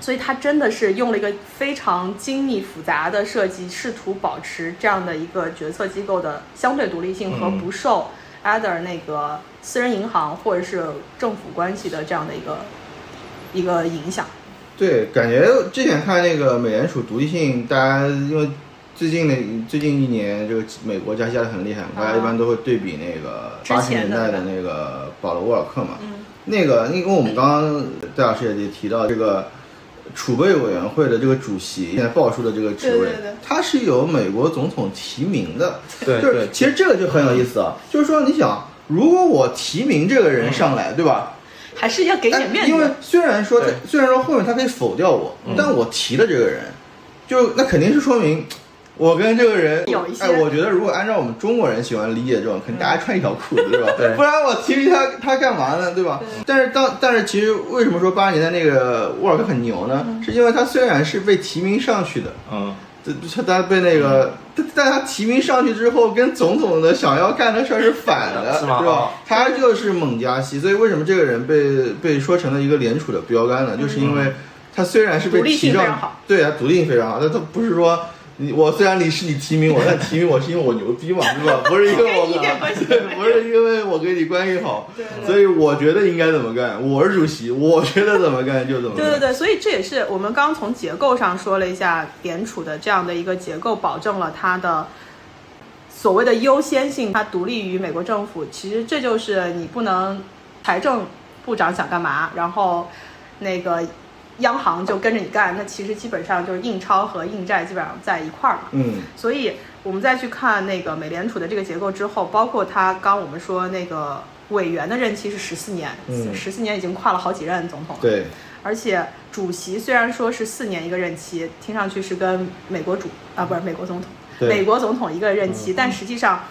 Speaker 1: 所以他真的是用了一个非常精密复杂的设计，试图保持这样的一个决策机构的相对独立性和
Speaker 3: 嗯
Speaker 1: 不受 either 那个私人银行或者是政府关系的这样的一个一个影响。
Speaker 2: 对，感觉之前看那个美联储独立性，大家因为最近的最近一年，这个美国加息加的很厉害，大家一般都会对比那个
Speaker 1: 啊之
Speaker 2: 八十
Speaker 1: 前
Speaker 2: 年
Speaker 1: 的
Speaker 2: 代
Speaker 1: 对
Speaker 2: 的
Speaker 1: 吧
Speaker 2: 那个保罗沃尔克嘛。
Speaker 1: 嗯
Speaker 2: 那个，因为我们刚刚戴老师也提到这个储备委员会的这个主席，现在报出的这个职位，
Speaker 1: 对对对
Speaker 2: 他是由美国总统提名的。
Speaker 3: 对
Speaker 2: 就
Speaker 3: 对
Speaker 2: 是，其实这个就很有意思啊，就是说你想，如果我提名这个人上
Speaker 3: 嗯
Speaker 2: 来，对吧？
Speaker 1: 还是要给点
Speaker 2: 但
Speaker 1: 面
Speaker 2: 哎因为
Speaker 1: 子。
Speaker 2: 虽然说他
Speaker 3: 对嗯
Speaker 2: 虽然说后面他可以否掉我，但我提了这个人，就那肯定是说明我跟这个人
Speaker 1: 有一些
Speaker 2: 哎，我觉得如果按照我们中国人喜欢理解这种，肯定大家穿一条裤子，对吧？
Speaker 3: 对
Speaker 2: 不然我提他他干嘛呢，对吧？但是当但是其实为什么说八十年代那个沃尔克很牛呢？
Speaker 1: 嗯
Speaker 2: 是因为他虽然是被提名上去的，
Speaker 3: 嗯，
Speaker 2: 这这他被那个，但但他提名上去之后，跟总统的想要干的事儿是反的，
Speaker 3: 是吗
Speaker 2: 吧
Speaker 3: 哦？
Speaker 2: 他就是猛加息，所以为什么这个人被被说成了一个联储的标杆呢？就是因
Speaker 3: 嗯
Speaker 2: 为他虽然是被
Speaker 1: 独立性
Speaker 2: 提上
Speaker 1: 非常好，
Speaker 2: 对啊，独立性非常好，但他不是说。你我虽然你是你提名我，但提名我是因为我牛逼嘛，对吧？不是因为我
Speaker 1: 跟你一点关系都
Speaker 2: 对
Speaker 1: 没有
Speaker 2: 不是因为我跟你关系好
Speaker 1: 对，对
Speaker 2: 所以我觉得应该怎么干，我是主席，我觉得怎么干就怎么干。
Speaker 1: 对对对，所以这也是我们刚刚从结构上说了一下联储的这样的一个结构，保证了它的所谓的优先性，它独立于美国政府。其实这就是你不能财政部长想干嘛，然后那个央行就跟着你干，那其实基本上就是印钞和印债基本上在一块儿嘛。
Speaker 2: 嗯
Speaker 1: 所以我们再去看那个美联储的这个结构之后，包括它刚我们说那个委员的任期是十四年，
Speaker 2: 嗯
Speaker 1: 十四年已经跨了好几任总统了。
Speaker 2: 对，
Speaker 1: 而且主席虽然说是四年一个任期，听上去是跟美国主啊不是美国总统，
Speaker 2: 对嗯
Speaker 1: 美国总统一个任期，但实际上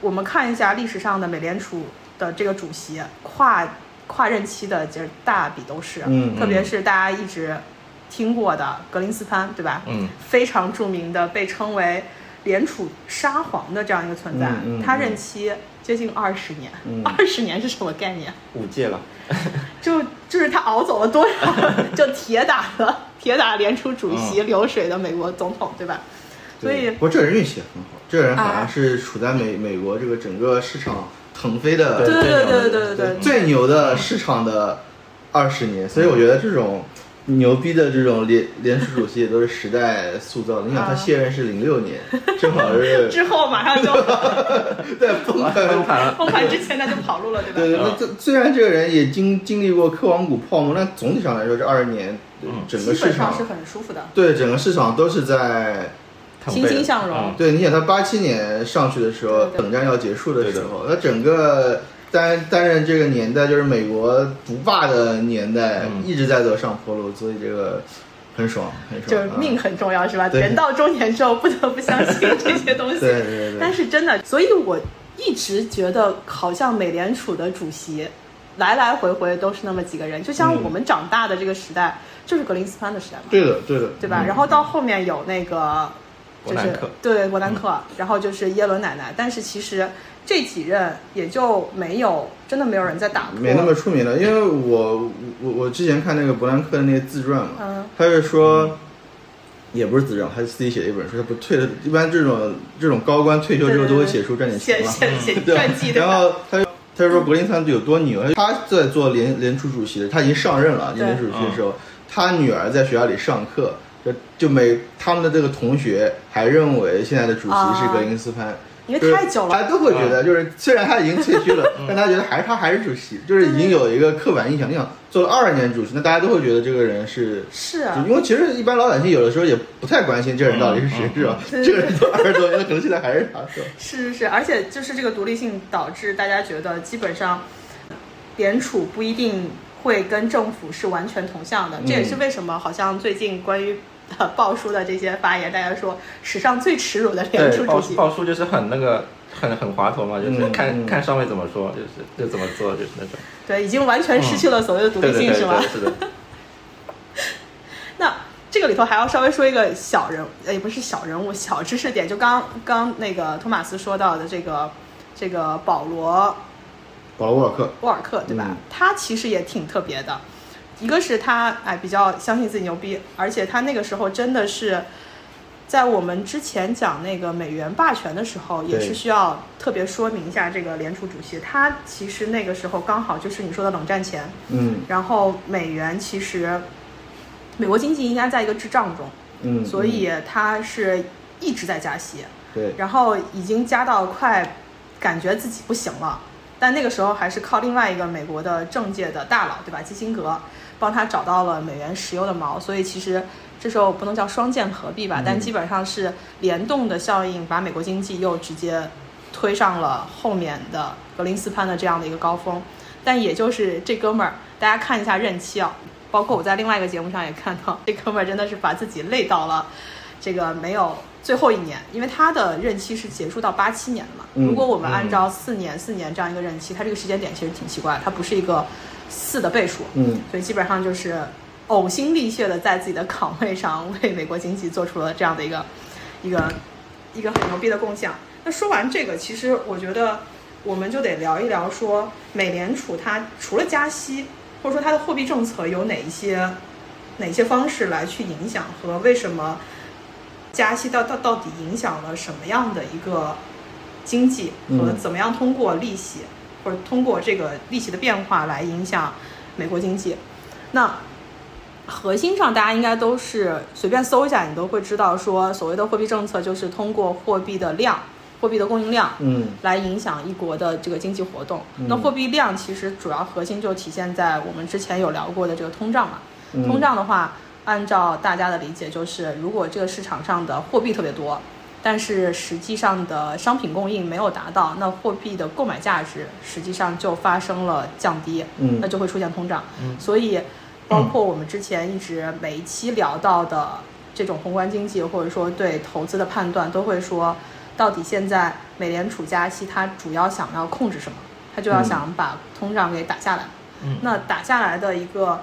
Speaker 1: 我们看一下历史上的美联储的这个主席跨跨任期的，就是大笔都是，
Speaker 2: 嗯
Speaker 1: 特别是大家一直听过的格林斯潘，对吧？
Speaker 3: 嗯，
Speaker 1: 非常著名的被称为联储沙皇的这样一个存在，
Speaker 2: 嗯嗯
Speaker 1: 他
Speaker 2: 嗯
Speaker 1: 任期接近二十年
Speaker 2: 嗯，
Speaker 1: 二十、年是什么概念？
Speaker 3: 五届了，
Speaker 1: 就就是他熬走了多少，就铁打了铁打联储主
Speaker 2: 嗯
Speaker 1: 席流水的美国总统，对吧？所
Speaker 2: 对
Speaker 1: 以
Speaker 2: 不过这人运气也很好，这人好
Speaker 1: 啊
Speaker 2: 像是处在美美国这个整个市场腾飞的
Speaker 1: 对对对对对对对
Speaker 2: 最牛的市场的二十年，所以我觉得这种牛逼的这种联联储主席也都是时代塑造的。你想他
Speaker 1: 啊
Speaker 2: 卸任是零六年，正好 是
Speaker 1: 之后马上就
Speaker 2: 在崩
Speaker 3: 崩
Speaker 2: 盘。
Speaker 3: 盘了。
Speaker 1: 崩盘之前他就跑路了，对吧？
Speaker 2: 对对，
Speaker 3: 啊
Speaker 2: 那这虽然这个人也经经历过科网股泡沫，但总体上来说，这二十年
Speaker 3: 嗯
Speaker 2: 整个
Speaker 1: 基
Speaker 2: 市
Speaker 1: 本
Speaker 2: 场
Speaker 1: 上是很舒服的，
Speaker 2: 对整个市场都是在
Speaker 3: 腾
Speaker 1: 欣
Speaker 3: 飞
Speaker 1: 欣
Speaker 3: 了
Speaker 1: 向荣
Speaker 3: 嗯
Speaker 2: 对，你想他八七年上去的时候，
Speaker 1: 对对
Speaker 2: 冷战要结束的时候，他整个担担任这个年代就是美国独霸的年代，
Speaker 3: 嗯
Speaker 2: 一直在走上坡路，所以这个很爽，很爽，
Speaker 1: 就是
Speaker 2: 啊
Speaker 1: 命很重要，是吧？
Speaker 2: 对
Speaker 1: 人到中年之后，不得不相 信这些东西。
Speaker 2: 对对对
Speaker 1: 但
Speaker 2: 对，
Speaker 1: 是真的，所以我一直觉得，好像美联储的主席来来回回都是那么几个人，就像
Speaker 2: 嗯
Speaker 1: 我们长大的这个时代，就是格林斯潘的时代嘛，
Speaker 2: 对的对的，
Speaker 1: 对吧？然后到后面有那个，就
Speaker 3: 伯
Speaker 1: 是
Speaker 3: 南克嗯
Speaker 1: 对伯南克，然后就是耶伦奶奶，但是其实这几任也就没有，真的没有人在打破，
Speaker 2: 没那么出名了，因为我我我之前看那个伯南克的那个自传嘛，
Speaker 1: 嗯
Speaker 2: 他是说。也不是自传，他自己写了一本书。他不退了，一般这种这种高官退休之后
Speaker 1: 对对
Speaker 2: 都会
Speaker 1: 对
Speaker 2: 写书赚点
Speaker 1: 写
Speaker 2: 钱嘛。
Speaker 1: 写写
Speaker 2: 对吧
Speaker 1: 传记，对
Speaker 2: 然
Speaker 1: 吧？
Speaker 2: 后他就他就说柏林斯坦有多牛，他在做联联储主席，他已经上任了，已经
Speaker 1: 对嗯
Speaker 2: 联储主席的时候，他女儿在学校里上课，就就每他们的这个同学还认为现在的主席是格林斯潘。
Speaker 1: 因
Speaker 2: 就是
Speaker 1: 哦为太久
Speaker 2: 大
Speaker 1: 了，嗯
Speaker 2: 家都会觉得，就是虽然他已经退休了，但大家觉得还是他还是主席，就是已经有一个刻板印象。你想做了二十年主席，那大家都会觉得这个人是
Speaker 1: 是啊
Speaker 2: 就因为其实一般老百姓有的时候也不太关心这人到底是谁，
Speaker 3: 嗯嗯
Speaker 2: 是吧？
Speaker 1: 嗯
Speaker 2: 这个人都二十多年了，可能现在还是他，是吧？
Speaker 1: 是是是，而且就是这个独立性导致大家觉得基本上联储不一定会跟政府是完全同向的，这也是
Speaker 2: 嗯
Speaker 1: 为什么好像最近关于。 呃鲍叔的这些发言，大家说史上最耻辱的联储
Speaker 3: 对，
Speaker 1: 主
Speaker 3: 报
Speaker 1: 席，
Speaker 3: 报数就是很那个，很很滑头嘛，就是
Speaker 2: 嗯
Speaker 3: 看、
Speaker 2: 嗯
Speaker 3: 看上面怎么说，就是就怎么做，就是那种。
Speaker 1: 对，已经完全失去了所谓的独
Speaker 3: 对
Speaker 1: 立
Speaker 3: 嗯对
Speaker 1: 性，
Speaker 3: 对
Speaker 1: 是吗
Speaker 3: 对，？是的。
Speaker 1: 那这个里头还要稍微说一个小人，呃，也不是小人物，小知识点，就刚刚那个托马斯说到的这个这个保罗
Speaker 2: 保罗沃尔克，
Speaker 1: 沃尔克，对吧？
Speaker 2: 嗯
Speaker 1: 他其实也挺特别的，一个是他哎比较相信自己牛逼，而且他那个时候真的是在我们之前讲那个美元霸权的时候，也
Speaker 2: 对
Speaker 1: 是需要特别说明一下这个联储主席，他其实那个时候刚好就是你说的冷战前，
Speaker 2: 嗯
Speaker 1: 然后美元其实美国经济应该在一个滞胀中，
Speaker 2: 嗯，
Speaker 1: 所以他是一直在加息。
Speaker 2: 对，
Speaker 1: 然后已经加到快感觉自己不行了，但那个时候还是靠另外一个美国的政界的大佬，对吧？基辛格帮他找到了美元石油的锚，所以其实这时候不能叫双剑合璧吧，但基本上是联动的效应，把美国经济又直接推上了后面的格林斯潘的这样的一个高峰。但也就是这哥们儿，大家看一下任期啊，包括我在另外一个节目上也看到，这哥们儿真的是把自己累到了，这个没有最后一年，因为他的任期是结束到八七年的嘛。
Speaker 2: 嗯
Speaker 1: 如果我们按照四年、四年这样一个任期，它这个时间点其实挺奇怪，它不是一个四的倍数，
Speaker 2: 嗯，
Speaker 1: 所以基本上就是呕心沥血的在自己的岗位上为美国经济做出了这样的一个一个一个很牛逼的贡献。那说完这个，其实我觉得我们就得聊一聊说美联储它除了加息，或者说它的货币政策有哪一些哪些方式来去影响和为什么加息到到到底影响了什么样的一个经济和
Speaker 2: 嗯
Speaker 1: 怎么样通过利息、或者通过这个利息的变化来影响美国经济。那核心上，大家应该都是随便搜一下，你都会知道说，所谓的货币政策就是通过货币的量、货币的供应量
Speaker 2: 嗯
Speaker 1: 来影响一国的这个经济活动。那
Speaker 2: 嗯
Speaker 1: 货币量其实主要核心就体现在我们之前有聊过的这个通胀嘛。
Speaker 2: 嗯
Speaker 1: 通胀的话，按照大家的理解，就是如果这个市场上的货币特别多，但是实际上的商品供应没有达到，那货币的购买价值实际上就发生了降低，
Speaker 2: 嗯
Speaker 1: 那就会出现通胀。
Speaker 3: 嗯
Speaker 1: 所以，包括我们之前一直每一期聊到的这种宏观经济，或者说对投资的判断，都会说，到底现在美联储加息，它主要想要控制什么？它就要想把通胀给打下来。
Speaker 3: 嗯
Speaker 1: 那打下来的一个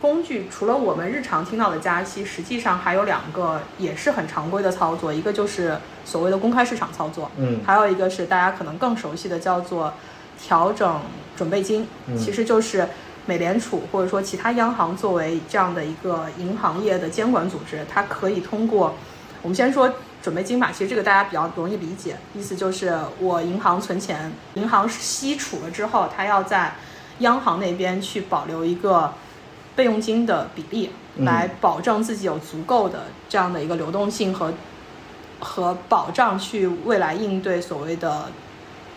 Speaker 1: 工具，除了我们日常听到的加息，实际上还有两个也是很常规的操作，一个就是所谓的公开市场操作，
Speaker 2: 嗯
Speaker 1: 还有一个是大家可能更熟悉的叫做调整准备金，
Speaker 2: 嗯
Speaker 1: 其实就是美联储或者说其他央行作为这样的一个银行业的监管组织，它可以通过我们先说准备金吧，其实这个大家比较容易理解，意思就是我银行存钱，银行吸储了之后，它要在央行那边去保留一个备用金的比例，
Speaker 2: 嗯
Speaker 1: 来保证自己有足够的这样的一个流动性和和保障，去未来应对所谓的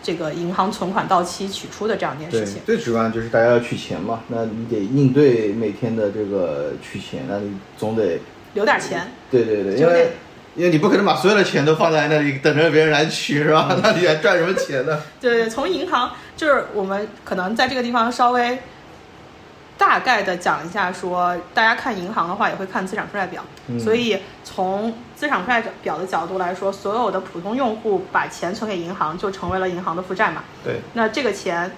Speaker 1: 这个银行存款到期取出的这样一件
Speaker 2: 对
Speaker 1: 事情，。
Speaker 2: 最直观就是大家要取钱嘛，那你得应对每天的这个取钱，那你总得
Speaker 1: 留点钱，
Speaker 2: 对对对，
Speaker 1: 就
Speaker 2: 因
Speaker 1: 是
Speaker 2: 为因为你不可能把所有的钱都放在那里等着别人来取是
Speaker 1: 嗯
Speaker 2: 吧？那你还赚什么钱 呢？
Speaker 1: 对对，从银行就是我们可能在这个地方稍微大概的讲一下说，大家看银行的话也会看资产负债表，
Speaker 2: 嗯
Speaker 1: 所以从资产负债表的角度来说，所有的普通用户把钱存给银行，就成为了银行的负债嘛。
Speaker 3: 对，
Speaker 1: 那这个钱，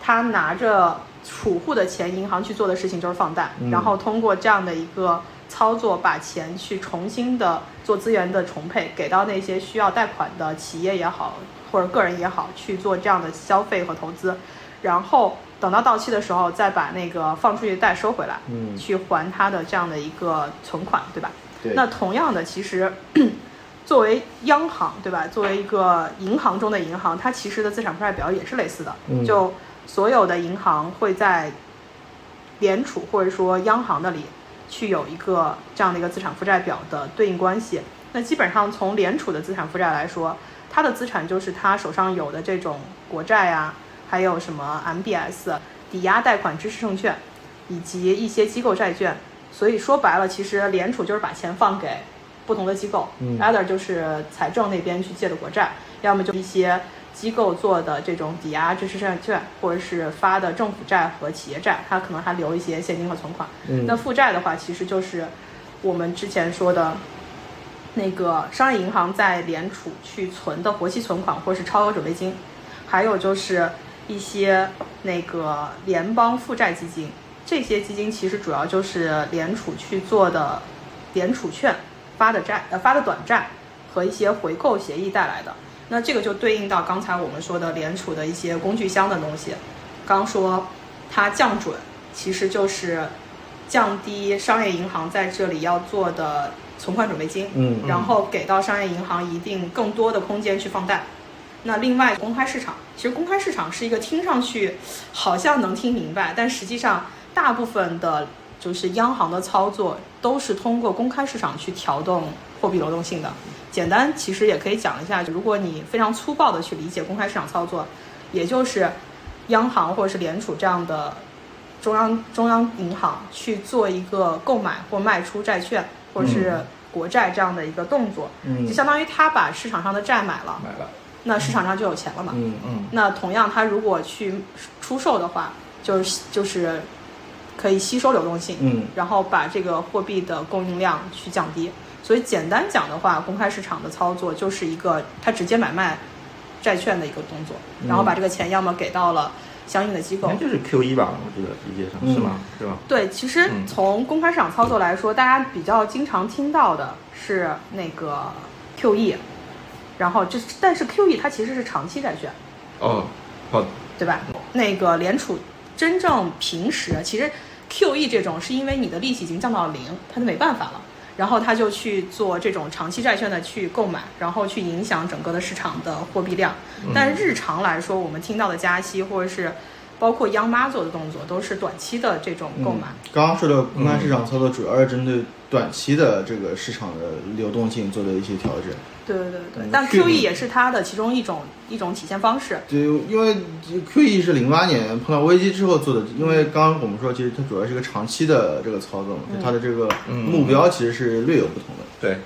Speaker 1: 他拿着储户的钱，银行去做的事情就是放贷，
Speaker 2: 嗯
Speaker 1: 然后通过这样的一个操作，把钱去重新的做资源的重配，给到那些需要贷款的企业也好，或者个人也好，去做这样的消费和投资，然后等到到期的时候，再把那个放出去的贷收回来，
Speaker 2: 嗯
Speaker 1: 去还他的这样的一个存款，对吧？
Speaker 2: 对，
Speaker 1: 那同样的，其实 作为央行，对吧？作为一个银行中的银行，它其实的资产负债表也是类似的。
Speaker 2: 嗯
Speaker 1: 就所有的银行会在联储或者说央行那里去有一个这样的一个资产负债表的对应关系。那基本上从联储的资产负债来说，它的资产就是它手上有的这种国债啊，还有什么 MBS 抵押贷款支持证券，以及一些机构债券。所以说白了，其实联储就是把钱放给不同的机构、
Speaker 2: 嗯
Speaker 1: e i t h e r 就是财政那边去借的国债，要么就一些机构做的这种抵押支持债券，或者是发的政府债和企业债，它可能还留一些现金和存款。
Speaker 2: 嗯
Speaker 1: 那负债的话，其实就是我们之前说的那个商业银行在联储去存的活期存款或是超额准备金，还有就是一些那个联邦负债基金，这些基金其实主要就是联储去做的联储券发的债呃发的短债和一些回购协议带来的。那这个就对应到刚才我们说的联储的一些工具箱的东西。刚说它降准，其实就是降低商业银行在这里要做的存款准备金，
Speaker 2: 嗯
Speaker 1: 然后给到商业银行一定更多的空间去放贷。那另外，公开市场，其实公开市场是一个听上去好像能听明白，但实际上大部分的就是央行的操作都是通过公开市场去调动货币流动性的。简单其实也可以讲一下，如果你非常粗暴的去理解公开市场操作，也就是央行或者是联储这样的中央中央银行去做一个购买或卖出债券或者是国债这样的一个动作，
Speaker 2: 嗯
Speaker 1: 就相当于他把市场上的债买了，
Speaker 3: 买了，
Speaker 1: 那市场上就有钱了嘛。
Speaker 2: 嗯
Speaker 3: 嗯，
Speaker 1: 那同样，它如果去出售的话，就是就是可以吸收流动性，
Speaker 2: 嗯
Speaker 1: 然后把这个货币的供应量去降低。所以简单讲的话，公开市场的操作就是一个它直接买卖债券的一个动作，
Speaker 2: 嗯
Speaker 1: 然后把这个钱要么给到了相应的机构
Speaker 3: 应该，就是 Q 一吧，我记得理解上
Speaker 2: 嗯
Speaker 3: 是吗？是吧？
Speaker 1: 对，其实
Speaker 3: 嗯
Speaker 1: 从公开市场操作来说，大家比较经常听到的是那个 QE，然后这但是 QE 它其实是长期债券，
Speaker 3: 哦，好，
Speaker 1: 对吧？那个联储真正平时其实 QE 这种是因为你的利息已经降到了零，它就没办法了，然后它就去做这种长期债券的去购买，然后去影响整个的市场的货币量。但日常来说，我们听到的加息或者是包括央妈做的动作，都是短期的这种购买。
Speaker 2: 嗯刚刚说的公开
Speaker 1: 嗯
Speaker 2: 市场操作主要是针对短期的这个市场的流动性做的一些调整。
Speaker 1: 对对对对
Speaker 2: 嗯，
Speaker 1: 但
Speaker 2: 去
Speaker 1: QE 也是它的其中一种一种体现方式。
Speaker 2: 就因为 QE 是零八年碰到危机之后做的，因为刚刚我们说，其实它主要是一个长期的这个操作嘛，就它的这个
Speaker 3: 嗯
Speaker 2: 目标其实是略有不同的。
Speaker 3: 对，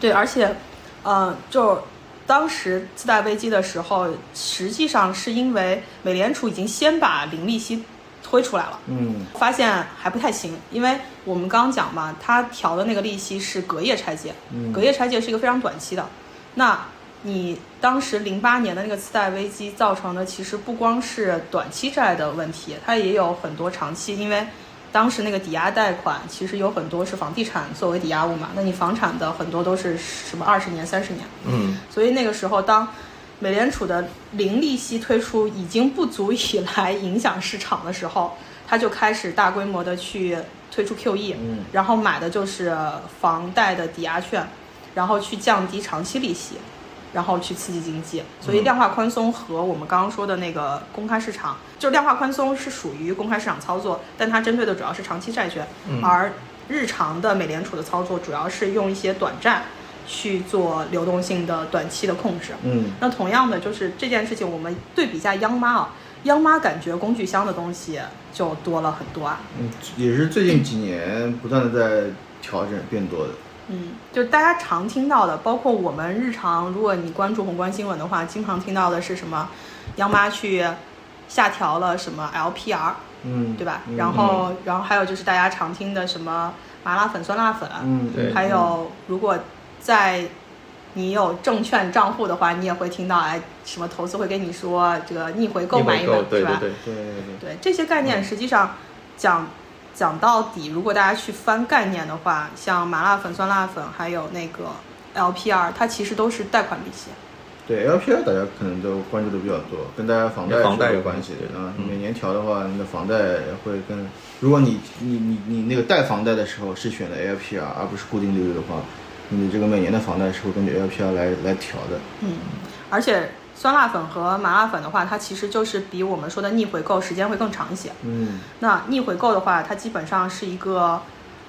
Speaker 1: 对，而且，呃，就当时次贷危机的时候，实际上是因为美联储已经先把零利息推出来了，
Speaker 2: 嗯
Speaker 1: 发现还不太行，因为我们刚刚讲嘛，它调的那个利息是隔夜拆借，
Speaker 2: 嗯
Speaker 1: 隔夜拆借是一个非常短期的。那你当时零八年的那个次贷危机造成的，其实不光是短期债的问题，它也有很多长期，因为当时那个抵押贷款其实有很多是房地产作为抵押物嘛，那你房产的很多都是什么二十年、三十年，
Speaker 3: 嗯，
Speaker 1: 所以那个时候当美联储的零利息推出已经不足以来影响市场的时候，它就开始大规模的去推出 E QE，
Speaker 2: 嗯
Speaker 1: 然后买的就是呃房贷的抵押券，然后去降低长期利息，然后去刺激经济。所以量化宽松和我们刚刚说的那个公开市场，就量化宽松是属于公开市场操作，但它针对的主要是长期债券，
Speaker 3: 嗯
Speaker 1: 而日常的美联储的操作主要是用一些短债去做流动性的短期的控制。
Speaker 2: 嗯
Speaker 1: 那同样的，就是这件事情，我们对比一下央妈啊，央妈感觉工具箱的东西就多了很多啊。
Speaker 2: 嗯，也是最近几年不断的在调整变多的。
Speaker 1: 嗯，就大家常听到的，包括我们日常，如果你关注宏观新闻的话，经常听到的是什么？央妈去下调了什么 LPR，
Speaker 2: 嗯，
Speaker 1: 对吧？
Speaker 2: 嗯
Speaker 1: 然后，然后还有就是大家常听的什么麻辣粉、酸辣粉，
Speaker 2: 嗯，
Speaker 3: 对
Speaker 1: 还有如果在你有证券账户的话，你也会听到哎，什么投资会跟你说这个逆回购买一
Speaker 3: 购，
Speaker 1: 本，
Speaker 3: 对
Speaker 1: 是吧？
Speaker 3: 对
Speaker 2: 对
Speaker 3: 对，
Speaker 2: 对对，
Speaker 1: 对这些概
Speaker 3: 嗯
Speaker 1: 念，实际上讲讲到底，如果大家去翻概念的话，像麻辣粉、酸辣粉，还有那个 LPR，它其实都是贷款利息。
Speaker 2: 对 LPR 大家可能都关注的比较多，跟大家房贷
Speaker 3: 跟房贷
Speaker 2: 是
Speaker 3: 有
Speaker 2: 关
Speaker 3: 关
Speaker 2: 系
Speaker 3: 系
Speaker 2: 的
Speaker 3: 对
Speaker 2: 啊。
Speaker 3: 嗯
Speaker 2: 每年调的话，你的房贷会跟，如果你你你你那个贷房贷的时候是选的 LPR 而不是固定利率的话，你的这个每年的房贷是会根据 LPR 来来调的。
Speaker 1: 嗯，而且酸辣粉和麻辣粉的话，它其实就是比我们说的逆回购时间会更长一些。
Speaker 2: 嗯，
Speaker 1: 那逆回购的话，它基本上是一个，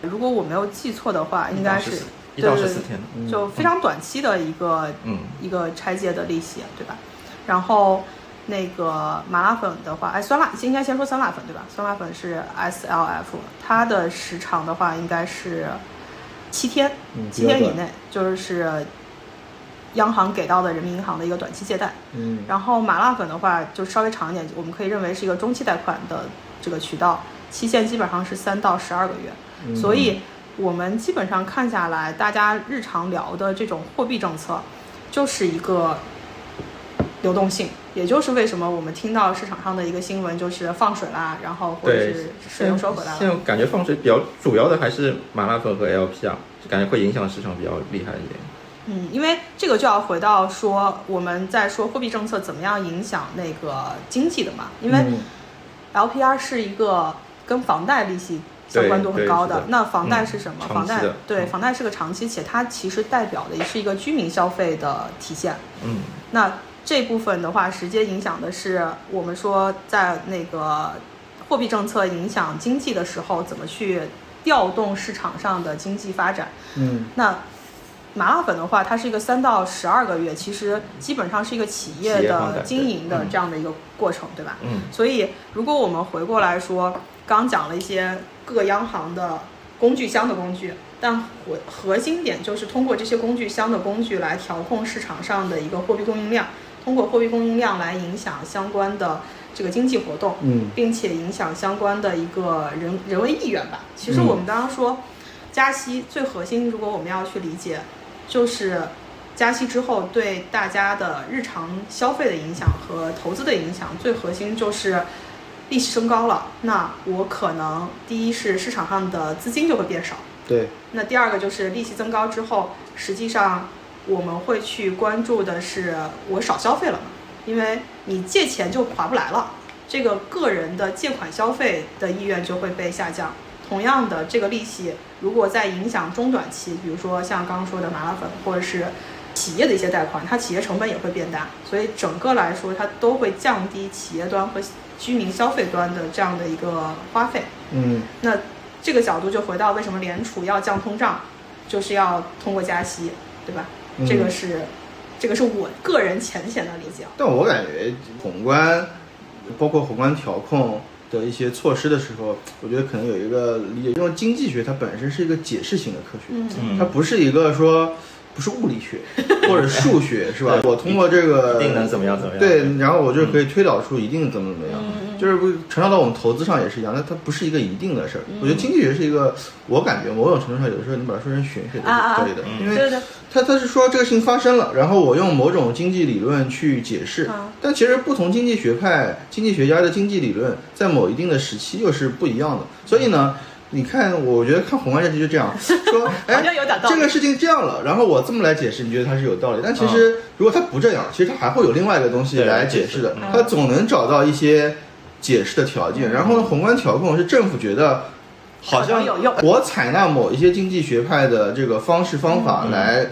Speaker 1: 如果我没有记错的话，应该是
Speaker 3: 一到
Speaker 1: 对
Speaker 3: 嗯十
Speaker 1: 对
Speaker 3: 四嗯
Speaker 1: 对
Speaker 3: 天，
Speaker 2: 嗯
Speaker 1: 就非常短期的一个
Speaker 3: 嗯，
Speaker 1: 一个拆借的利息，对吧？然后那个麻辣粉的话，哎，酸辣应该先说酸辣粉对吧？酸辣粉是 S L F，它的时长的话应该是七天，
Speaker 2: 嗯
Speaker 1: 七天
Speaker 2: 比
Speaker 1: 以
Speaker 2: 较短
Speaker 1: 内就是央行给到的人民银行的一个短期借贷。
Speaker 2: 嗯，
Speaker 1: 然后麻辣粉的话就稍微长一点，我们可以认为是一个中期贷款的这个渠道，期限基本上是三到十二个月。
Speaker 2: 嗯
Speaker 1: 所以我们基本上看下来，大家日常聊的这种货币政策，就是一个流动性，也就是为什么我们听到市场上的一个新闻就是放水啦，然后或者是，
Speaker 3: 对
Speaker 1: 水又
Speaker 3: 现
Speaker 1: 收回来
Speaker 3: 现
Speaker 1: 了。
Speaker 3: 在感觉放水比较主要的还是麻辣粉和 LPR，就感觉会影响市场比较厉害一点。
Speaker 1: 嗯，因为这个就要回到说我们在说货币政策怎么样影响那个经济的嘛，因为
Speaker 2: 嗯
Speaker 1: LPR 是一个跟房贷利息相关度很高的
Speaker 3: 对对是的。
Speaker 1: 那房贷是什么？
Speaker 3: 嗯
Speaker 1: 房贷
Speaker 3: 长期的
Speaker 1: 对，
Speaker 3: 嗯
Speaker 1: 房贷是个长期，且它其实代表的是一个居民消费的体现。
Speaker 3: 嗯，
Speaker 1: 那这部分的话，直接影响的是我们说在那个货币政策影响经济的时候，怎么去调动市场上的经济发展。
Speaker 2: 嗯
Speaker 1: 那麻辣粉的话，它是一个三到十二个月，其实基本上是一个企业
Speaker 3: 企业放贷
Speaker 1: 的
Speaker 3: 对
Speaker 1: 经营的
Speaker 3: 嗯
Speaker 1: 这样的一个过程，对吧？
Speaker 3: 嗯，
Speaker 1: 所以，如果我们回过来说，刚讲了一些各央行的工具箱的工具，但核核心点就是通过这些工具箱的工具来调控市场上的一个货币供应量，通过货币供应量来影响相关的这个经济活动，
Speaker 2: 嗯
Speaker 1: 并且影响相关的一个人人为意愿吧。其实我们刚刚说，加息最核心，如果我们要去理解，就是加息之后对大家的日常消费的影响和投资的影响，最核心就是利息升高了。那我可能第一是市场上的资金就会变少，
Speaker 2: 对，
Speaker 1: 那第二个就是利息增高之后，实际上我们会去关注的是我少消费了嘛，因为你借钱就划不来了，这个个人的借款消费的意愿就会被下降。同样的，这个利息如果在影响中短期，比如说像刚刚说的麻辣粉或者是企业的一些贷款，它企业成本也会变大，所以整个来说它都会降低企业端和居民消费端的这样的一个花费。
Speaker 2: 嗯
Speaker 1: 那这个角度就回到为什么联储要降通胀，就是要通过加息，对吧？
Speaker 2: 嗯
Speaker 1: 这个是，这个是我个人浅显的理解。啊
Speaker 2: 但我感觉宏观，包括宏观调控的一些措施的时候，我觉得可能有一个理解，因为经济学它本身是一个解释型的科学，
Speaker 1: 嗯
Speaker 3: 嗯
Speaker 2: 它不是一个说不是物理 学或者数学是吧？我通过这个
Speaker 3: 一定能怎么样怎么样。嗯
Speaker 2: 对，然后我就可以推导出一定怎么怎么样，就是不传导到我们投资上也是一样，那它不是一个一定的事儿。
Speaker 3: 嗯
Speaker 2: 我觉得经济学是一个，我感觉某种程度上有的时候你把它说成玄学都
Speaker 1: 啊啊
Speaker 2: 是可以的，因
Speaker 1: 对
Speaker 2: 为
Speaker 1: 对
Speaker 2: 它它是说这个事情发生了，然后我用某种经济理论去解释
Speaker 3: 嗯
Speaker 1: 啊，
Speaker 2: 但其实不同经济学派、经济学家的经济理论在某一定的时期又是不一样的，所以呢。你看，我觉得看宏观这题就这样 说，哎，
Speaker 1: 好像有点道理
Speaker 2: 这个事情这样了，然后我这么来解释，你觉得它是有道理？但其实如果它不这样，其实它还会有另外一个东西
Speaker 3: 对
Speaker 2: 来解释的
Speaker 1: 嗯，
Speaker 2: 它总能找到一些解释的条件。然后呢，宏观调控是政府觉得好
Speaker 1: 可能
Speaker 2: 像
Speaker 1: 有用
Speaker 2: 我采纳某一些经济学派的这个方式方法
Speaker 3: 嗯
Speaker 2: 来。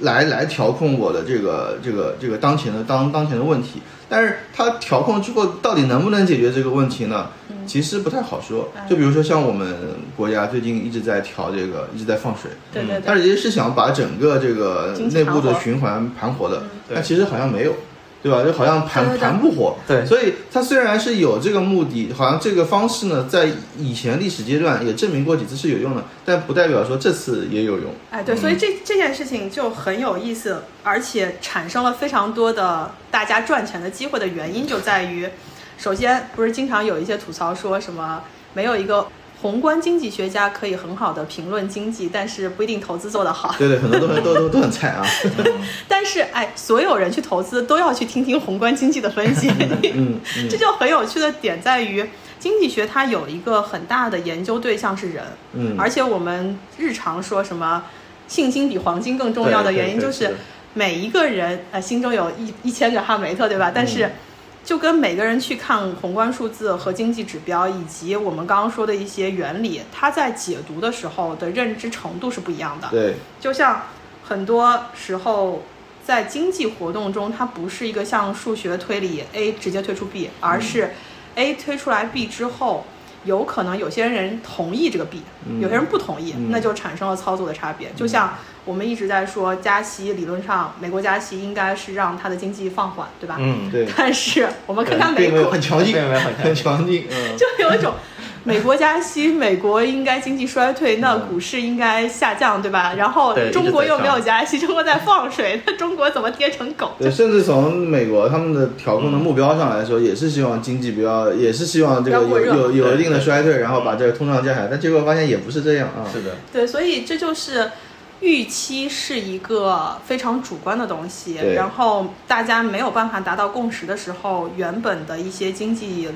Speaker 2: 来来调控我的这个这个这个当前的当当前的问题，但是它调控之后到底能不能解决这个问题呢？其实不太好说。就比如说像我们国家最近一直在调这个，一直在放水，
Speaker 1: 对对对
Speaker 2: 但是也是想把整个这个
Speaker 1: 经济
Speaker 2: 内部
Speaker 1: 盘
Speaker 2: 的
Speaker 1: 活嗯
Speaker 2: 循环盘活的，
Speaker 3: 对
Speaker 2: 但其实好像没有，对吧？就好像盘
Speaker 1: 对对对
Speaker 2: 盘不活。
Speaker 3: 对
Speaker 2: 所以它虽然是有这个目的，好像这个方式呢，在以前历史阶段也证明过几次是有用的，但不代表说这次也有用。
Speaker 1: 哎，对，所以这这件事情就很有意思，而且产生了非常多的大家赚钱的机会的原因就在于，首先不是经常有一些吐槽说什么没有一个宏观经济学家可以很好的评论经济，但是不一定投资做得好。
Speaker 2: 对对，很多东西都都都很菜 啊。
Speaker 1: 但是哎，所有人去投资都要去听听宏观经济的分 析，
Speaker 2: 嗯，
Speaker 1: 这就很有趣的点在于，经济学它有一个很大的研究对象是人，
Speaker 2: 嗯
Speaker 1: 而且我们日常说什么信心比黄金更重要的原因，
Speaker 3: 对对
Speaker 1: 就
Speaker 3: 对是
Speaker 1: 是
Speaker 3: 的
Speaker 1: 每一个人呃心中有一一千个哈梅特，对
Speaker 3: 嗯
Speaker 1: 吧？但是就跟每个人去看宏观数字和经济指标，以及我们刚刚说的一些原理，他在解读的时候的认知程度是不一样的。
Speaker 2: 对，
Speaker 1: 就像很多时候在经济活动中，它不是一个像数学推理 A 直接推出 B，而
Speaker 2: 嗯
Speaker 1: 是 A 推出来 B 之后，有可能有些人同意这个 B，、有些
Speaker 2: 嗯
Speaker 1: 人不同意，那就产生了操作的差别。就像我们一直在说加息，理论上美国加息应该是让它的经济放缓，对吧？
Speaker 3: 嗯，
Speaker 2: 对，
Speaker 1: 但是我们看看美
Speaker 2: 并没有
Speaker 1: 国
Speaker 2: 很强硬，
Speaker 3: 并没有很强硬
Speaker 2: 很强硬。嗯，
Speaker 1: 就有一种美国加息，美国应该经济衰退，那股市应该下降，对吧？然后
Speaker 3: 嗯对
Speaker 1: 中国
Speaker 3: 一直在
Speaker 1: 又
Speaker 3: 涨
Speaker 1: 没有加息，中国在放水，那中国怎么跌成狗？
Speaker 2: 对，甚至从美国他们的调控的目标上来说，也是希望经济不要，也是希望这个
Speaker 1: 不要过
Speaker 2: 有
Speaker 1: 热
Speaker 2: 有有一定的
Speaker 3: 对对
Speaker 2: 衰退，然后把这个通胀降下来。但结果发现也不是这样啊。
Speaker 3: 是的，
Speaker 1: 对，所以这就是预期是一个非常主观的东西
Speaker 2: 对，
Speaker 1: 然后大家没有办法达到共识的时候，原本的一些经济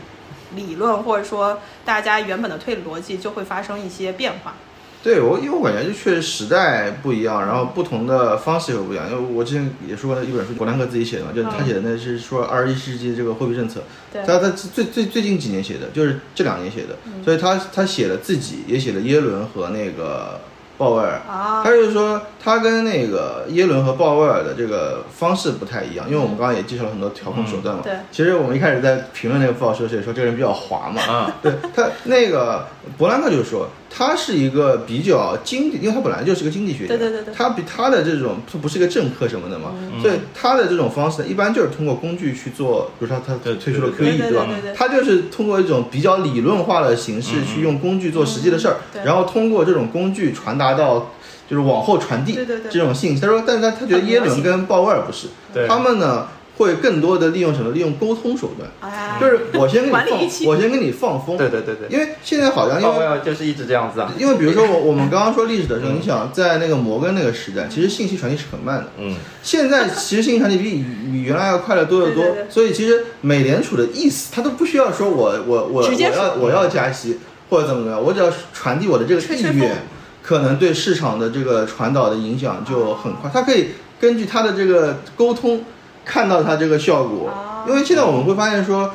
Speaker 1: 理论或者说大家原本的推理逻辑就会发生一些变化。
Speaker 2: 对我，因为我感觉就确实时代不一样，然后不同的方式也不一样。因为我之前也说过一本书，伯南克自己写的嘛，就是他
Speaker 1: 嗯
Speaker 2: 写的那是说二十一世纪这个货币政策，
Speaker 1: 对嗯
Speaker 2: 他他最最最近几年写的，就是这两年写的，所以他他写了自己，也写了耶伦和那个鲍威尔。
Speaker 1: 啊
Speaker 2: 他，就是说，他跟那个耶伦和鲍威尔的这个方式不太一样，因为我们刚刚也介绍了很多调控手段嘛。
Speaker 1: 嗯对
Speaker 2: 其实我们一开始在评论那个不好说谁说这个人比较滑嘛，
Speaker 1: 嗯
Speaker 3: 啊，
Speaker 2: 对他那个伯南克就说，他是一个比较经济，因为他本来就是个经济学家，
Speaker 1: 对对对对嗯
Speaker 2: 他比他的这种他不是一个政客什么的嘛，所以他的这种方式呢，一般就是通过工具去做，比如说他他
Speaker 3: 对
Speaker 2: 推出了 QE，
Speaker 3: 对
Speaker 1: 对对
Speaker 2: 吧
Speaker 1: 对对对？
Speaker 2: 他就是通过一种比较理论化的形
Speaker 3: 嗯
Speaker 2: 式去用工具做实际的事儿
Speaker 1: 嗯，对
Speaker 2: 然后通过这种工具传达到。就是往后传递
Speaker 1: 对对对
Speaker 2: 这种信息，他说，但是他他觉得
Speaker 1: 很
Speaker 2: 耶
Speaker 1: 逻
Speaker 2: 伦
Speaker 1: 辑
Speaker 2: 跟鲍威尔不是
Speaker 3: 对，
Speaker 2: 他们呢会更多的利用什么？利用沟通手段，
Speaker 1: 哎，
Speaker 2: 就是我先给你
Speaker 1: 管理预
Speaker 2: 放，
Speaker 1: 期
Speaker 2: 我先给你放风，
Speaker 3: 对对对对，
Speaker 2: 因为现在好像因
Speaker 3: 鲍威
Speaker 2: 为
Speaker 3: 尔哦就是一直这样子啊，
Speaker 2: 因为比如说我我们刚刚说历史的时候，你想在那个摩根那个时代，其实信息传递是很慢的。
Speaker 3: 嗯，
Speaker 2: 现在其实信息传递比以比原来要快得多得多
Speaker 1: 对对，对
Speaker 2: 所以其实美联储的意思，它都不需要说我我我
Speaker 1: 直
Speaker 2: 我
Speaker 1: 接说
Speaker 2: 要我要加息或者怎么怎么样，我只要传递我的这个
Speaker 1: 吹
Speaker 2: 意
Speaker 1: 吹风
Speaker 2: 愿，可能对市场的这个传导的影响就很快。它可以根据它的这个沟通看到它这个效果，
Speaker 1: 哦
Speaker 2: 因为现在我们会发现说。呃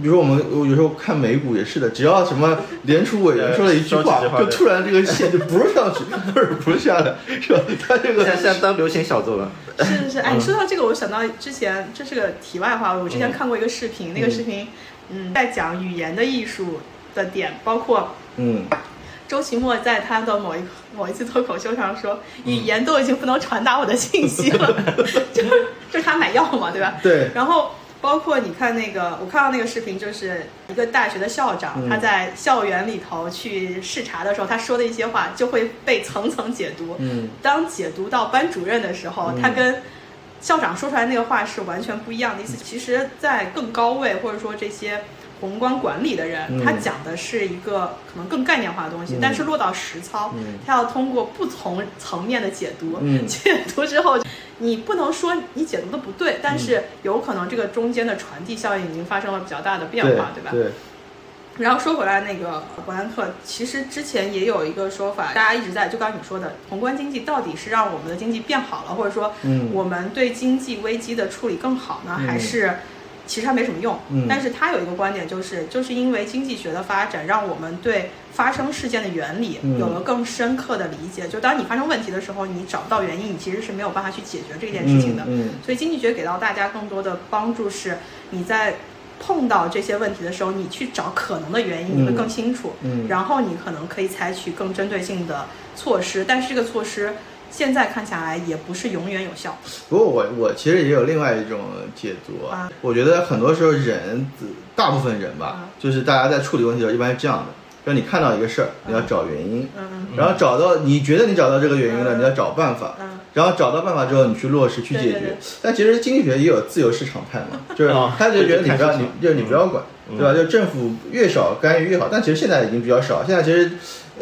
Speaker 2: 比如说我们我有时候看美股也是的，只要什么联储委员说了一句
Speaker 3: 说几
Speaker 2: 话
Speaker 3: 句，话
Speaker 2: 就
Speaker 3: 对
Speaker 2: 突然这个线就不是上去，不是不是下来，是吧？它这个
Speaker 3: 现在现在当流行小作文，
Speaker 1: 是是是，哎，说到这个，我想到之前这是个题外话，我之前看过一个视频，那个视频，嗯，在讲语言的艺术的点，包括
Speaker 2: 嗯，
Speaker 1: 周奇墨在他的某一某一次脱口秀上说，语言都已经不能传达我的信息了，就是就是他买药嘛，对吧？
Speaker 2: 对，
Speaker 1: 然后包括你看那个，我看到那个视频，就是一个大学的校长，
Speaker 2: 嗯
Speaker 1: 他在校园里头去视察的时候，他说的一些话就会被层层解读。
Speaker 2: 嗯
Speaker 1: 当解读到班主任的时候，
Speaker 2: 嗯
Speaker 1: 他跟校长说出来那个话是完全不一样
Speaker 2: 嗯
Speaker 1: 的意思。其实，在更高位或者说这些宏观管理的人，
Speaker 2: 嗯
Speaker 1: 他讲的是一个可能更概念化的东西，
Speaker 2: 嗯
Speaker 1: 但是落到实操，
Speaker 2: 嗯
Speaker 1: 他要通过不同层面的解读，
Speaker 2: 嗯
Speaker 1: 解读之后。你不能说你解读的不对，但是有可能这个中间的传递效应已经发生了比较大的变
Speaker 2: 对
Speaker 1: 化，对吧？
Speaker 2: 对，
Speaker 1: 然后说回来，那个伯南克，其实之前也有一个说法，大家一直在，就刚才你说的，宏观经济到底是让我们的经济变好了，或者说
Speaker 2: 嗯
Speaker 1: 我们对经济危机的处理更好呢，
Speaker 2: 嗯
Speaker 1: 还是其实它没什么用？
Speaker 2: 嗯
Speaker 1: 但是他有一个观点，就是就是因为经济学的发展，让我们对发生事件的原理
Speaker 2: 嗯
Speaker 1: 有了更深刻的理解。就当你发生问题的时候，你找不到原因，你其实是没有办法去解决这件事情的。
Speaker 2: 嗯
Speaker 1: 所以经济学给到大家更多的帮助是，你在碰到这些问题的时候，你去找可能的原因，
Speaker 2: 嗯
Speaker 1: 你会更清楚，
Speaker 2: 嗯
Speaker 1: 然后你可能可以采取更针对性的措施，但是这个措施现在看下来也不是永远有效。
Speaker 2: 不过我我其实也有另外一种解读
Speaker 1: 啊
Speaker 2: 我觉得很多时候人，大部分人吧，
Speaker 1: 啊
Speaker 2: 就是大家在处理问题的时候，一般是这样的：，让你看到一个事儿，你要
Speaker 1: 啊
Speaker 2: 找原因，
Speaker 1: 嗯
Speaker 2: 然后找到你觉得你找到这个原因了，
Speaker 1: 嗯
Speaker 2: 你要找办法，
Speaker 1: 嗯
Speaker 2: 然后找到办法之后，你去落实去
Speaker 1: 对
Speaker 2: 解决。
Speaker 1: 对对
Speaker 2: 但其实经济学也有自由市场派嘛，就是
Speaker 3: 哦
Speaker 2: 他就觉得你
Speaker 3: 对嗯
Speaker 2: 不要
Speaker 3: 看市
Speaker 2: 你
Speaker 3: 场
Speaker 2: 就是你不要管，对吧？就政府越少干预越好，但其实现在已经比较少。现在其实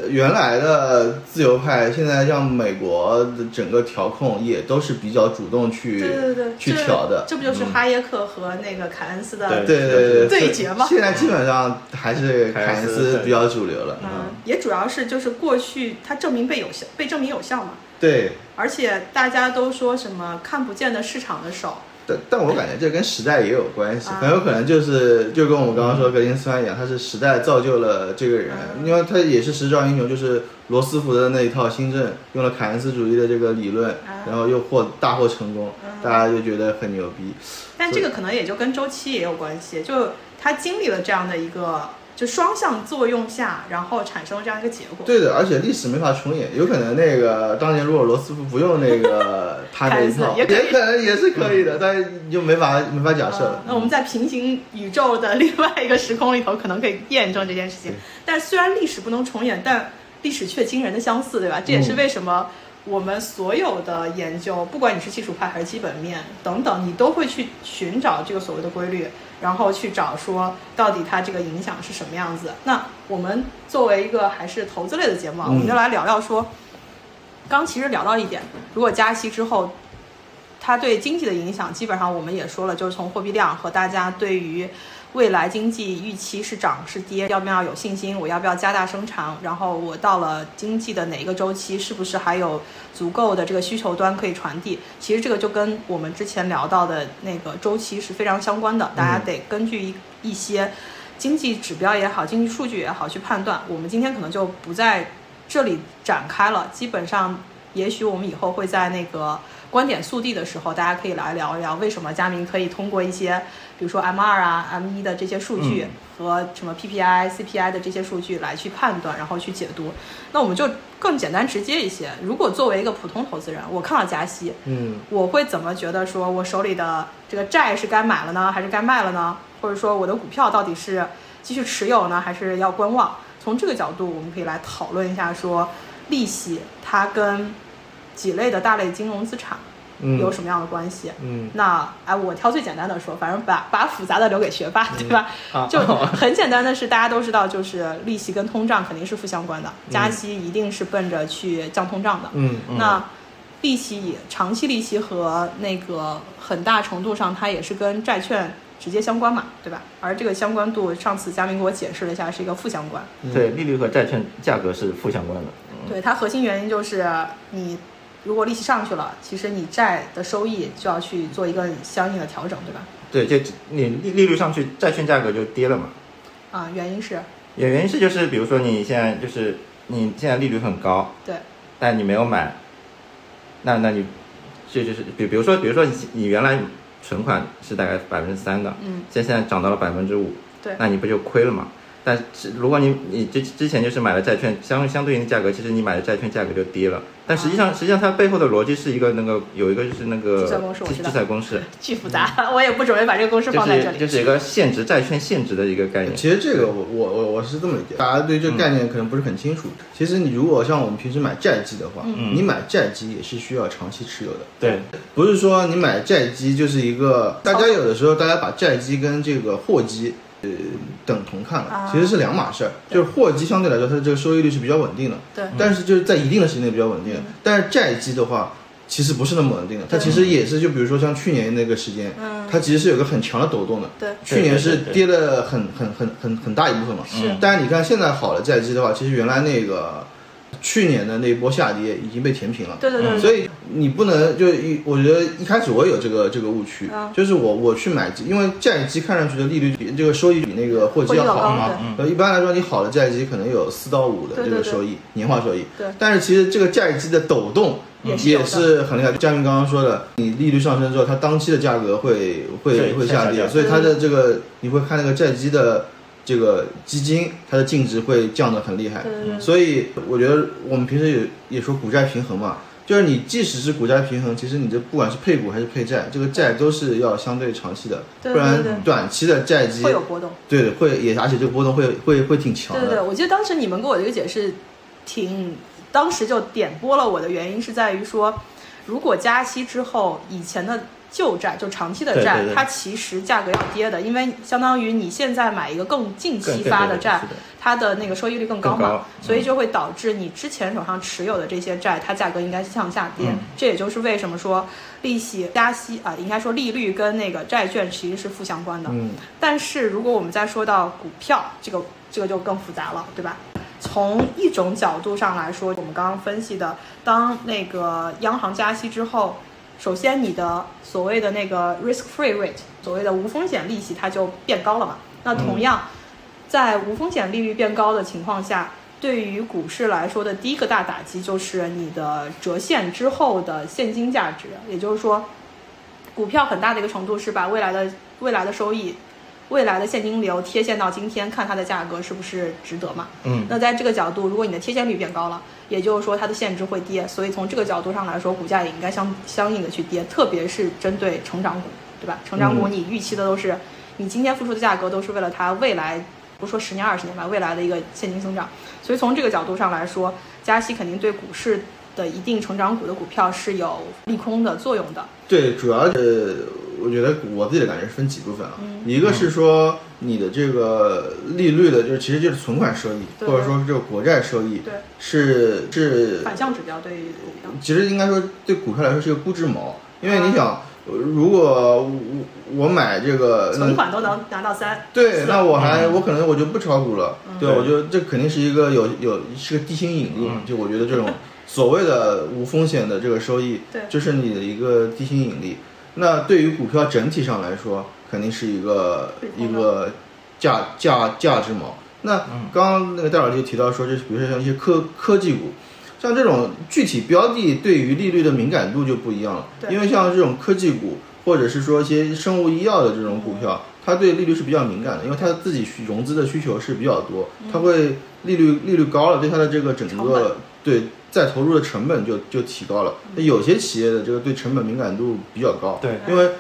Speaker 2: 呃原来的自由派，现在像美国的整个调控也都是比较主动去
Speaker 1: 对对对，
Speaker 2: 去
Speaker 1: 这
Speaker 2: 调的。嗯
Speaker 1: 这不就是哈耶克和那个凯恩斯的
Speaker 3: 对嗯
Speaker 2: 对对对，
Speaker 1: 对决吗
Speaker 2: 现在基本上还是凯
Speaker 3: 凯
Speaker 2: 恩
Speaker 3: 恩斯
Speaker 2: 斯
Speaker 3: 对
Speaker 2: 比较主流了。
Speaker 1: 嗯，也主要是就是过去它证明被有效，被证明有效嘛。
Speaker 2: 对，
Speaker 1: 而且大家都说什么看不见的市场的手，
Speaker 2: 但但我感觉这跟时代也有关系，
Speaker 1: 啊
Speaker 2: 很有可能就是就跟我们刚刚说格林斯潘一样，他是时代造就了这个人，
Speaker 1: 嗯
Speaker 2: 因为他也是时尚英雄，就是罗斯福的那一套新政，用了凯恩斯主义的这个理论，
Speaker 1: 嗯
Speaker 2: 然后又获大获成功，大家就觉得很牛逼。
Speaker 1: 但这个可能也就跟周期也有关系，就他经历了这样的一个就双向作用下，然后产生了这样一个结果。
Speaker 2: 对的，而且历史没法重演，有可能那个当年如果罗斯福不用那个 他那一套，
Speaker 1: 凯
Speaker 2: 也
Speaker 1: 恩斯也可以
Speaker 2: 可能也是可以的，但是你就没法没法假设
Speaker 1: 呃
Speaker 2: 了。
Speaker 1: 那我们在平行宇宙的另外一个时空里头，可能可以验证这件事情。但虽然历史不能重演，但历史却惊人的相似，对吧？这也是为什么我们所有的研究，不管你是技术派还是基本面等等，你都会去寻找这个所谓的规律，然后去找说到底它这个影响是什么样子。那我们作为一个还是投资类的节目啊，
Speaker 2: 嗯
Speaker 1: 我们就来聊聊说，刚其实聊到一点，如果加息之后它对经济的影响，基本上我们也说了，就是从货币量和大家对于未来经济预期是涨是跌，要不要有信心，我要不要加大生产，然后我到了经济的哪一个周期，是不是还有足够的这个需求端可以传递？其实这个就跟我们之前聊到的那个周期是非常相关的，大家得根据一一些经济指标也好，经济数据也好去判断。我们今天可能就不在这里展开了，基本上也许我们以后会在那个观点速递的时候，大家可以来聊一聊为什么佳明可以通过一些，比如说 M 二啊、M 一的这些数据和什么 PPI、CPI 的这些数据来去判断，然后去解读。那我们就更简单直接一些。如果作为一个普通投资人，我看到加息，
Speaker 2: 嗯，
Speaker 1: 我会怎么觉得说我手里的这个债是该买了呢，还是该卖了呢？或者说我的股票到底是继续持有呢，还是要观望？从这个角度，我们可以来讨论一下说利息它跟几类的大类金融资产
Speaker 2: 嗯
Speaker 1: 有什么样的关系？
Speaker 2: 嗯
Speaker 1: 那哎，我挑最简单的说，反正把把复杂的留给学霸，对吧？
Speaker 3: 啊
Speaker 1: 就很简单的是，大家都知道，就是利息跟通胀肯定是负相关的，加息一定是奔着去降通胀的。
Speaker 2: 嗯
Speaker 1: 那利息也长期利息和那个很大程度上它也是跟债券直接相关嘛，对吧？而这个相关度，上次嘉明给我解释了一下，是一个负相关。
Speaker 2: 嗯
Speaker 3: 对，利率和债券价格是负相关的。
Speaker 1: 对，它核心原因就是你如果利息上去了，其实你债的收益就要去做一个相应的调整，对吧？
Speaker 3: 对，就你利利率上去，债券价格就跌了嘛。
Speaker 1: 啊、原因是
Speaker 3: 也原因是就是比如说你现在就是你现在利率很高，
Speaker 1: 对，
Speaker 3: 但你没有买，那那你这就是比比如说比如说你你原来存款是大概百分之三的，
Speaker 1: 嗯，
Speaker 3: 现在现在涨到了百分之五，
Speaker 1: 对
Speaker 3: 那你不就亏了嘛？但是如果你你之之前就是买了债券，相相对应的价格，其实你买的债券价格就低了。但实际
Speaker 1: 啊
Speaker 3: 上，实际上它背后的逻辑是一个那个有一个就是那个
Speaker 1: 计算公式我知道
Speaker 3: 计算公式，
Speaker 1: 巨复杂，我也不准备把这个公式
Speaker 3: 就
Speaker 1: 放在这
Speaker 3: 是
Speaker 1: 里。
Speaker 3: 就是一个现值债券现值的一个概念。
Speaker 2: 其实这个我我我我是这么理解，大家对这个概念可能不是很清楚。其实你如果像我们平时买债基的话，你买债基也是需要长期持有的，
Speaker 3: 对，
Speaker 2: 不是说你买债基就是一个。大家有的时候大家把债基跟这个货基呃等同看了，
Speaker 1: 啊
Speaker 2: 其实是两码事儿。就是货基相对来说它的这个收益率是比较稳定的，
Speaker 1: 对，
Speaker 2: 但是就是在一定的时间内比较稳定。
Speaker 1: 嗯
Speaker 2: 但是债基的话，其实不是那么稳定的，它其实也是就比如说像去年那个时间，
Speaker 1: 嗯
Speaker 2: 它其实是有个很强的抖动的。
Speaker 1: 对，
Speaker 2: 去年是
Speaker 3: 对对对
Speaker 2: 跌了很很很很很大一部分嘛。嗯
Speaker 1: 是
Speaker 2: 但是你看现在好的债基的话，其实原来那个去年的那一波下跌已经被填平了。
Speaker 1: 对对对，
Speaker 3: 嗯
Speaker 2: 所以你不能就一，我觉得一开始我也有这个这个误区，
Speaker 1: 嗯
Speaker 2: 就是我我去买，因为债基看上去的利率比这个收益比那个货基
Speaker 1: 会
Speaker 2: 要
Speaker 1: 遇到
Speaker 2: 好
Speaker 1: 高
Speaker 2: 嘛，
Speaker 1: 的，
Speaker 3: 嗯
Speaker 2: 呃，一般来说，你好的债基可能有四到五的
Speaker 1: 对
Speaker 2: 这
Speaker 1: 对
Speaker 2: 个
Speaker 1: 对
Speaker 2: 收益，年化收益。
Speaker 1: 对
Speaker 2: 但是其实这个债基的抖动
Speaker 1: 也是有
Speaker 2: 也
Speaker 1: 的
Speaker 2: 是很厉害。就佳明刚刚说的，你利率上升之后，它当期的价格会会会
Speaker 3: 对会下
Speaker 2: 下跌，
Speaker 3: 降
Speaker 2: 所以它的这个你会看那个债基的这个基金，它的净值会降得很厉害
Speaker 1: 对。对对，
Speaker 2: 所以我觉得我们平时也也说股债平衡嘛。就是你即使是股债平衡，其实你这不管是配股还是配债，这个债都是要相对长期的，
Speaker 1: 对
Speaker 2: 不然
Speaker 1: 对对
Speaker 2: 短期的债基
Speaker 1: 会有波动。
Speaker 2: 对的，会也，而且这个波动会会会挺强
Speaker 1: 对
Speaker 2: 的。
Speaker 1: 对对，我记得当时你们给我这个解释挺，当时就点拨了我的原因是在于说，如果加息之后，以前的旧债就长期的
Speaker 3: 对
Speaker 1: 债，
Speaker 3: 对对
Speaker 1: 它其实价格要跌的，因为相当于你现在买一个更近
Speaker 3: 更
Speaker 1: 期发
Speaker 3: 更对
Speaker 1: 的
Speaker 3: 对
Speaker 1: 债
Speaker 3: 是的，
Speaker 1: 它的那个收益率更高嘛，
Speaker 3: 更高嗯
Speaker 1: 所以就会导致你之前手上持有的这些债，它价格应该向下
Speaker 3: 嗯
Speaker 1: 跌。这也就是为什么说利息加息啊、应该说利率跟那个债券其实是负相关的。
Speaker 2: 嗯，
Speaker 1: 但是如果我们再说到股票，这个这个就更复杂了，对吧？从一种角度上来说，我们刚刚分析的，当那个央行加息之后，首先你的所谓的那个 risk free rate，所谓的无风险利息，它就变高了嘛。那同样，在无风险利率变高的情况下，对于股市来说的第一个大打击就是你的折现之后的现金价值，也就是说，股票很大的一个程度是把未来的未来的收益、未来的现金流贴现到今天，看它的价格是不是值得嘛。
Speaker 3: 嗯，
Speaker 1: 那在这个角度，如果你的贴现率变高了，也就是说它的现值会跌，所以从这个角度上来说，股价也应该相相应的去跌，特别是针对成长股，对吧？成长股
Speaker 2: 嗯
Speaker 1: 你预期的都是，你今天付出的价格都是为了它未来，不说十年二十年吧，未来的一个现金增长。所以从这个角度上来说，加息肯定对股市的一定成长股的股票是有利空的作用的。
Speaker 2: 对，主要呃，我觉得我自己的感觉是分几部分啊，
Speaker 1: 嗯
Speaker 2: 一个是说你的这个利率的，就是其实就是存款收益，
Speaker 1: 对
Speaker 2: 或者说这个国债收益，
Speaker 1: 对，
Speaker 2: 是是，
Speaker 1: 反向指标对于股票，
Speaker 2: 其实应该说对股票来说是个估值锚，因为你想，呃如果我我买这个呃
Speaker 1: 存款都能拿到三，
Speaker 2: 对，那我还
Speaker 3: 嗯
Speaker 2: 我可能我就不炒股了。对，
Speaker 3: 对
Speaker 2: 我觉得这肯定是一个有有是个地心引力嘛。
Speaker 3: 嗯
Speaker 2: 就我觉得这种所谓的无风险的这个收益，
Speaker 1: 对
Speaker 2: 就是你的一个地心引力。那对于股票整体上来说，肯定是一个
Speaker 1: 对
Speaker 2: 一个价价价值锚。那
Speaker 3: 嗯
Speaker 2: 刚刚那个戴老师就提到说，就是比如说像一些科科技股，像这种具体标的对于利率的敏感度就不一样了，
Speaker 1: 对
Speaker 2: 因为像这种科技股或者是说一些生物医药的这种股票，它对利率是比较敏感的，因为它自己需融资的需求是比较多，它会利率利率高了，对它的这个整
Speaker 1: 嗯成本
Speaker 2: 个对再投入的成本就就提高了。
Speaker 1: 嗯
Speaker 2: 那有些企业的这个对成本敏感度比较高，
Speaker 3: 对
Speaker 2: 因为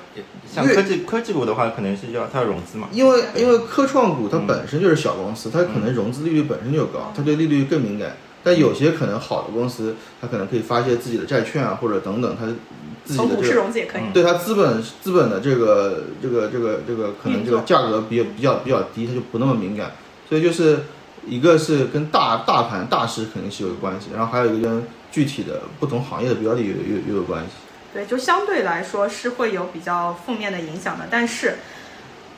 Speaker 3: 像科技科技股的话，可能是要它要融资嘛。
Speaker 2: 因为因为科创股它本身就是小公司，它可能融资利率本身就高，它对利率更敏感。但有些可能好的公司，它可能可以发一些自己的债券啊，或者等等，它自己
Speaker 1: 从
Speaker 2: 的
Speaker 1: 股
Speaker 2: 这
Speaker 1: 市
Speaker 2: 个嗯
Speaker 1: 融资也可以。
Speaker 2: 对它资本资本的这个这个这个这个可能
Speaker 1: 运
Speaker 2: 这个
Speaker 1: 作
Speaker 2: 价格比较比较比较低，它就不那么敏感。所以就是一个是跟大大盘大势肯定是有关系，然后还有一个跟具体的不同行业的标的也有有有有关系。
Speaker 1: 对，就相对来说是会有比较负面的影响的。但是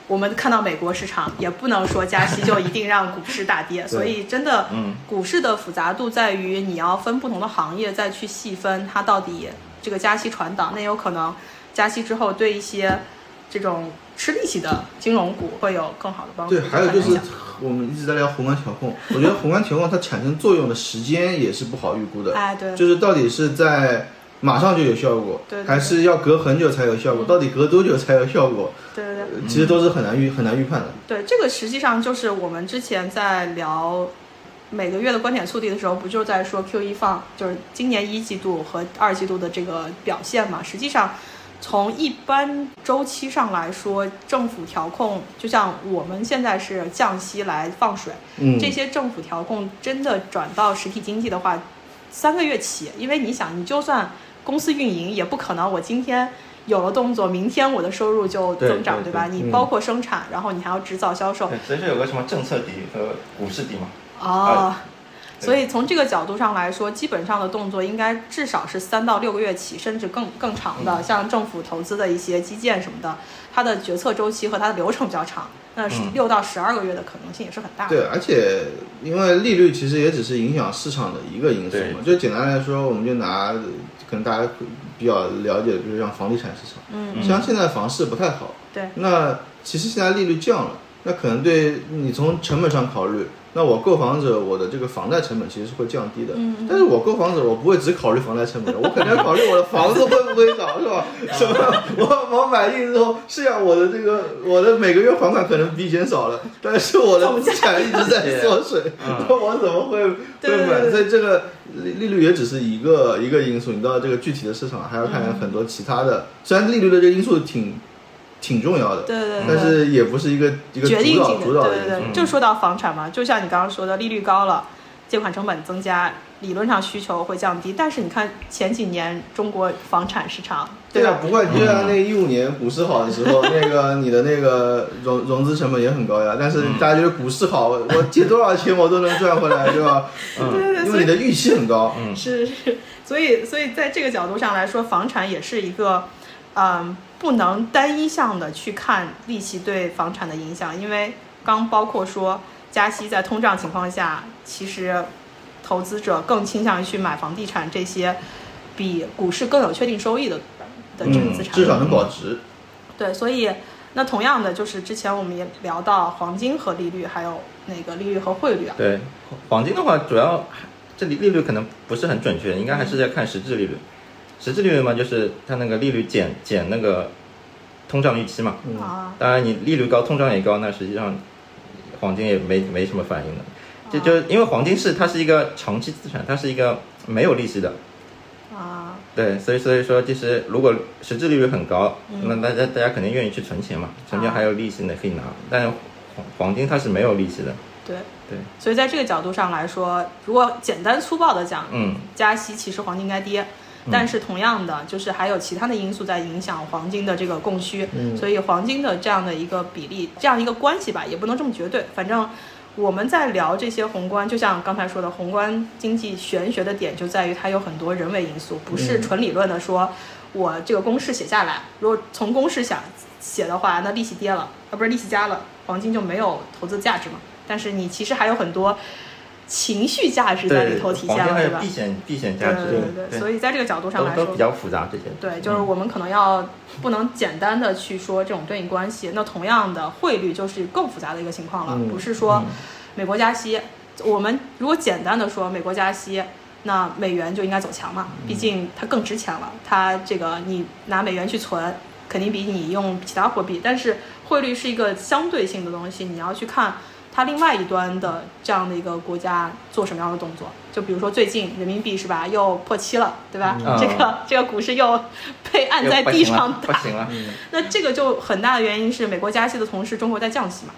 Speaker 1: 我们看到美国市场，也不能说加息就一定让股市大 跌。所以真的，
Speaker 3: 嗯，
Speaker 1: 股市的复杂度在于你要分不同的行业再去细分，它到底这个加息传导，那有可能加息之后对一些这种吃利息的金融股会有更好的帮助。
Speaker 2: 对，还有就
Speaker 1: 很
Speaker 2: 是
Speaker 1: 难讲
Speaker 2: 我们一直在聊宏观调控，我觉得宏观调控它产生作用的时间也是不好预估的，
Speaker 1: 哎，对，
Speaker 2: 就是到底是在马上就有效果，
Speaker 1: 对嗯对对
Speaker 2: 还是要隔很久才有效果，到底隔多久才有效果，
Speaker 1: 对对对。
Speaker 2: 呃其实都是很难预很难预判的。
Speaker 1: 对，这个实际上就是我们之前在聊每个月的观点速递的时候，不就在说 Q 一放就是今年一季度和二季度的这个表现嘛？实际上，从一般周期上来说，政府调控就像我们现在是降息来放水，
Speaker 2: 嗯，
Speaker 1: 这些政府调控真的转到实体经济的话，三个月起，因为你想，你就算公司运营，也不可能我今天有了动作，明天我的收入就
Speaker 3: 对
Speaker 1: 增长，
Speaker 3: 对
Speaker 1: 吧？
Speaker 3: 对
Speaker 1: 你
Speaker 2: 嗯
Speaker 1: 包括生产，然后你还要制造、销售
Speaker 3: 对，所以说有个什么政策底和股市底嘛，
Speaker 1: 啊。
Speaker 3: 对
Speaker 1: 所以从这个角度上来说，基本上的动作应该至少是三到六个月起，甚至更更长的，像政府投资的一些基建什么的，它的决策周期和它的流程比较长，那是
Speaker 3: 嗯
Speaker 1: 六到十二个月的可能性也是很大的。
Speaker 2: 对，而且因为利率其实也只是影响市场的一个因素嘛。就简单来说，我们就拿呃可能大家比较了解，就是像房地产市场，
Speaker 1: 嗯，
Speaker 2: 像现在房市不太好，
Speaker 1: 对，
Speaker 2: 那其实现在利率降了，那可能对你从成本上考虑，那我购房者我的这个房贷成本其实是会降低的。
Speaker 1: 嗯嗯
Speaker 2: 但是我购房者我不会只考虑房贷成本，我肯定要考虑我的房子会不会涨，是吧？什么？我我买进之后，是呀，我的这个我的每个月还款可能比以前少了，但是我的资产一直在缩水，那我怎么会
Speaker 1: 对对
Speaker 2: 会买？
Speaker 1: 对
Speaker 2: 所以这个利利率也只是一个一个因素，你到这个具体的市场还要看很多其他的。虽然利率的这个因素挺挺重要的，
Speaker 1: 对对对。
Speaker 2: 但是也不是一个一个
Speaker 1: 决定
Speaker 2: 主导
Speaker 1: 性
Speaker 2: 主导
Speaker 1: 的，
Speaker 2: 的
Speaker 1: 对
Speaker 2: 因
Speaker 1: 对
Speaker 2: 素。
Speaker 1: 对，
Speaker 2: 嗯
Speaker 1: 就说到房产嘛，就像你刚刚说的，利率高了，借款成本增加，理论上需求会降低，但是你看前几年中国房产市场，
Speaker 2: 对啊
Speaker 1: 吧，？
Speaker 2: 不会，就
Speaker 3: 嗯
Speaker 2: 像那一五年股市好的时候，那个你的那个融融资成本也很高呀。但是
Speaker 3: 嗯
Speaker 2: 大家觉得股市好，我借多少钱我都能赚回来，对吧？
Speaker 1: 对对
Speaker 2: 嗯因
Speaker 1: 所
Speaker 2: 为
Speaker 1: 以
Speaker 2: 你的预期很高。
Speaker 3: 嗯
Speaker 1: 是是是，所以所以在这个角度上来说，房产也是一个，嗯，不能单一向的去看利息对房产的影响，因为刚包括说加息在通胀情况下，其实投资者更倾向于去买房地产这些比股市更有确定收益的的这个
Speaker 2: 嗯
Speaker 1: 资，产，
Speaker 2: 至少能保值。
Speaker 1: 对，所以那同样的就是之前我们也聊到黄金和利率，还有那个利率和汇率啊，
Speaker 3: 对，黄金的话，主要这里利率可能不是很准确，应该还是在看实质利率。实质利率嘛，就是它那个利率减减那个通胀预期嘛。
Speaker 2: 嗯
Speaker 1: 啊，
Speaker 3: 当然，你利率高，通胀也高，那实际上黄金也没没什么反应的。就就因为黄金是它是一个长期资产，它是一个没有利息的，
Speaker 1: 啊，
Speaker 3: 对，所以所以说，其实如果实质利率很高，
Speaker 1: 嗯啊
Speaker 3: 那大家大家肯定愿意去存钱嘛，存钱还有利息呢可以拿，但黄黄金它是没有利息的，
Speaker 1: 对，
Speaker 3: 对，
Speaker 1: 所以在这个角度上来说，如果简单粗暴的讲，
Speaker 3: 嗯，
Speaker 1: 加息其实黄金应该跌。但是同样的，就是还有其他的因素在影响黄金的这个供需，
Speaker 2: 嗯
Speaker 1: 所以黄金的这样的一个比例，这样一个关系吧，也不能这么绝对。反正我们在聊这些宏观，就像刚才说的，宏观经济玄学的点就在于它有很多人为因素，不
Speaker 3: 嗯
Speaker 1: 是纯理论的说，我这个公式写下来，如果从公式想写的话，那利息跌了，啊，不是利息加了，黄金就没有投资价值嘛。但是你其实还有很多情绪价值在里
Speaker 3: 对，
Speaker 1: 头
Speaker 3: 黄
Speaker 1: 体
Speaker 3: 金
Speaker 1: 现了，
Speaker 3: 还
Speaker 1: 对
Speaker 3: 有
Speaker 1: 吧
Speaker 3: 避？险避险价
Speaker 1: 对
Speaker 3: 值，
Speaker 1: 对对，所以在这个角度上
Speaker 3: 都
Speaker 1: 来
Speaker 3: 都
Speaker 1: 说，
Speaker 3: 比较复杂这些，
Speaker 1: 对，就是我们可能要不能简单的去说这种对应关系。那同样的，汇率就是更复杂的一个情况了，
Speaker 2: 嗯
Speaker 1: 啊不是说美国加息，我们如果简单的说美国加息。那美元就应该走强嘛，毕竟它更值钱了。它这个你拿美元去存，肯定比你用其他货币。但是汇率是一个相对性的东西，你要去看它另外一端的这样的一个国家做什么样的动作。就比如说最近人民币是吧，又破七了，对吧？
Speaker 3: 嗯
Speaker 1: 这个这个股市又被按在地上
Speaker 3: 不
Speaker 1: 打。
Speaker 3: 行
Speaker 2: 嗯
Speaker 3: 了，
Speaker 1: 那这个就很大的原因是美国加息的同时，中国在降息嘛，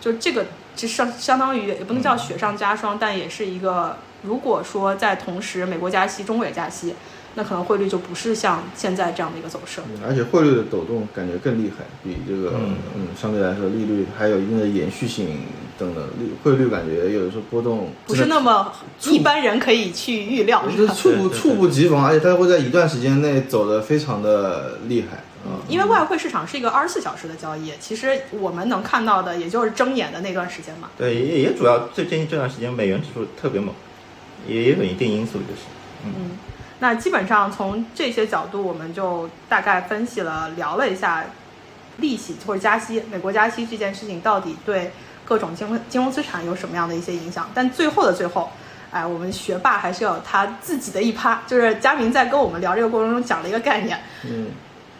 Speaker 1: 就这个这相相当于也不能
Speaker 2: 嗯
Speaker 1: 叫雪上加霜，但也是一个，如果说在同时美国加息，中国也加息，那可能汇率就不是像现在这样的一个走势。
Speaker 2: 嗯而且汇率的抖动感觉更厉害，比这个
Speaker 3: 嗯
Speaker 2: 嗯相对来说利率还有一定的延续性等等，利汇率感觉有的时候波动
Speaker 1: 不是那么一般人可以去预料，
Speaker 2: 我
Speaker 1: 是
Speaker 2: 觉
Speaker 1: 吧
Speaker 2: 得猝
Speaker 3: 对对
Speaker 2: 不
Speaker 3: 对
Speaker 2: 猝不及防，而且它会在一段时间内走得非常的厉害啊。
Speaker 1: 因为外汇市场是一个二十四小时的交易，其实我们能看到的也就是睁眼的那段时间嘛。
Speaker 3: 对，也也主要最近这段时间美元指数特别猛，也也有一定因素就是，
Speaker 1: 那基本上从这些角度，我们就大概分析了聊了一下利息或者加息，美国加息这件事情到底对各种金融金融资产有什么样的一些影响。但最后的最后，哎，我们学霸还是要有他自己的一趴。就是佳明在跟我们聊这个过程中讲了一个概念，
Speaker 2: 嗯，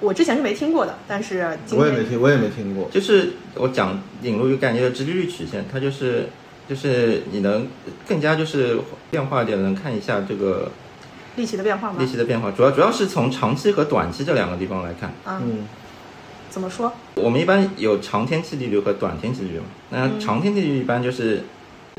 Speaker 1: 我之前是没听过的，但是今
Speaker 2: 我也
Speaker 1: 天
Speaker 2: 没听，我也没听过。
Speaker 3: 就是我讲引入一个概念叫直利率曲线，它就是就是你能更加就是变化一点，能看一下这个
Speaker 1: 利息的变化吗
Speaker 3: 利？息的变化，主要主要是从长期和短期这两个地方来看。
Speaker 1: 啊，
Speaker 2: 嗯，
Speaker 1: 怎么说？
Speaker 3: 我们一般有长天期利率和短天期利率嘛，那长天期利率一般就是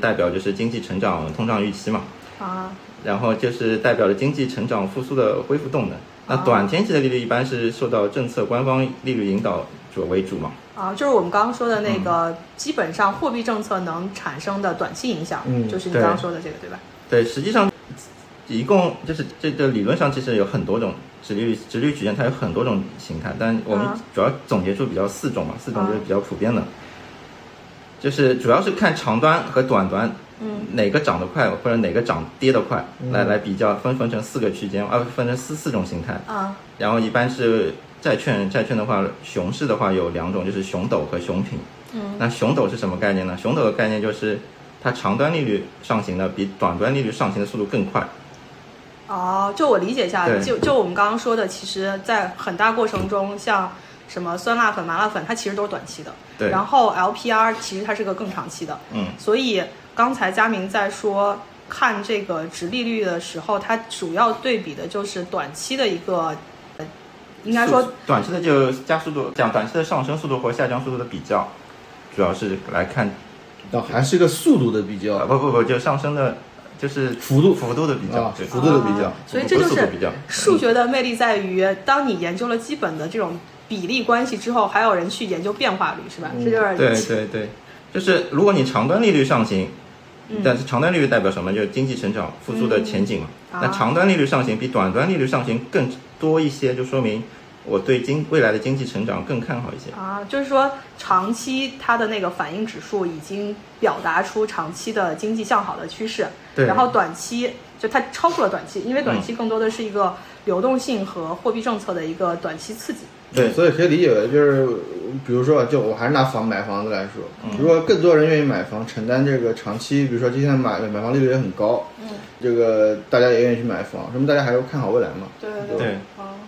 Speaker 3: 代表就是经济成长通胀预期嘛，
Speaker 1: 啊，
Speaker 3: 然后就是代表了经济成长复苏的恢复动能。那
Speaker 1: 哦
Speaker 3: 短天期的利率一般是受到政策官方利率引导者为主嘛，
Speaker 1: 啊，就是我们刚刚说的
Speaker 2: 嗯
Speaker 1: 那个，基本上货币政策能产生的短期影响，
Speaker 2: 嗯
Speaker 1: 就是你
Speaker 3: 对
Speaker 1: 刚刚说的这个，对吧？
Speaker 3: 对，实际上，一共就是这个理论上其实有很多种直利率，直利率曲线它有很多种形态，但我们
Speaker 1: 啊
Speaker 3: 主要总结出比较四种嘛，四种
Speaker 1: 啊
Speaker 3: 就是比较普遍的，就是主要是看长端和短端
Speaker 1: 嗯
Speaker 3: 哪个涨得快或者哪个涨跌得快，
Speaker 2: 嗯
Speaker 3: 来来比较分分成四个区间，啊，分成四四种形态，
Speaker 1: 啊
Speaker 3: 然后一般是。债券债券的话，熊市的话有两种，就是熊斗和熊平。
Speaker 1: 嗯
Speaker 3: 那熊斗是什么概念呢？熊斗的概念就是它长端利率上行的比短端利率上行的速度更快。
Speaker 1: 哦，就我理解一下，
Speaker 3: 对
Speaker 1: 就就我们刚刚说的，其实，在很大过程中，像什么酸辣粉、麻辣粉，它其实都是短期的。
Speaker 3: 对，
Speaker 1: 然后 LPR 其实它是个更长期的，
Speaker 3: 嗯，
Speaker 1: 所以刚才佳明在说看这个值利率的时候，它主要对比的就是短期的一个，呃应该说
Speaker 3: 速短期的就加速度，讲短期的上升速度和下降速度的比较，主要是来看
Speaker 2: 那还是一个速度的比
Speaker 3: 呃
Speaker 2: 较，
Speaker 3: 不不不，就上升的，就是
Speaker 2: 幅度
Speaker 3: 幅度的比较
Speaker 2: 啊，
Speaker 3: 对
Speaker 2: 幅度的比较
Speaker 1: 啊所以这就
Speaker 3: 不速
Speaker 1: 是
Speaker 3: 度比较
Speaker 1: 数学的魅力在于，当你研究了基本的这种比例关系之后，还有人去研究变化率，是吧？
Speaker 2: 嗯
Speaker 1: 这就是
Speaker 3: 对对对，就是如果你长端利率上行，但是长端利率代表什么？就是经济成长复苏的前景嘛。
Speaker 1: 嗯
Speaker 3: 那
Speaker 1: 啊
Speaker 3: 长端利率上行比短端利率上行更多一些，就说明我对经未来的经济成长更看好一些。
Speaker 1: 啊，就是说长期它的那个反应指数已经表达出长期的经济向好的趋势，
Speaker 3: 对嗯
Speaker 1: 然后短期就它超过了短期，因为短期更多的是一个流动性和货币政策的一个短期刺激。
Speaker 3: 对
Speaker 2: 所以可以理解为就是，比如说，就我还是拿房买房子来说，
Speaker 3: 嗯
Speaker 2: 如果更多人愿意买房，承担这个长期，比如说今天买买房利率也很高，
Speaker 1: 嗯，
Speaker 2: 这个大家也愿意去买房，说明大家还是看好未来嘛。
Speaker 1: 对对
Speaker 3: 对。
Speaker 1: 哦，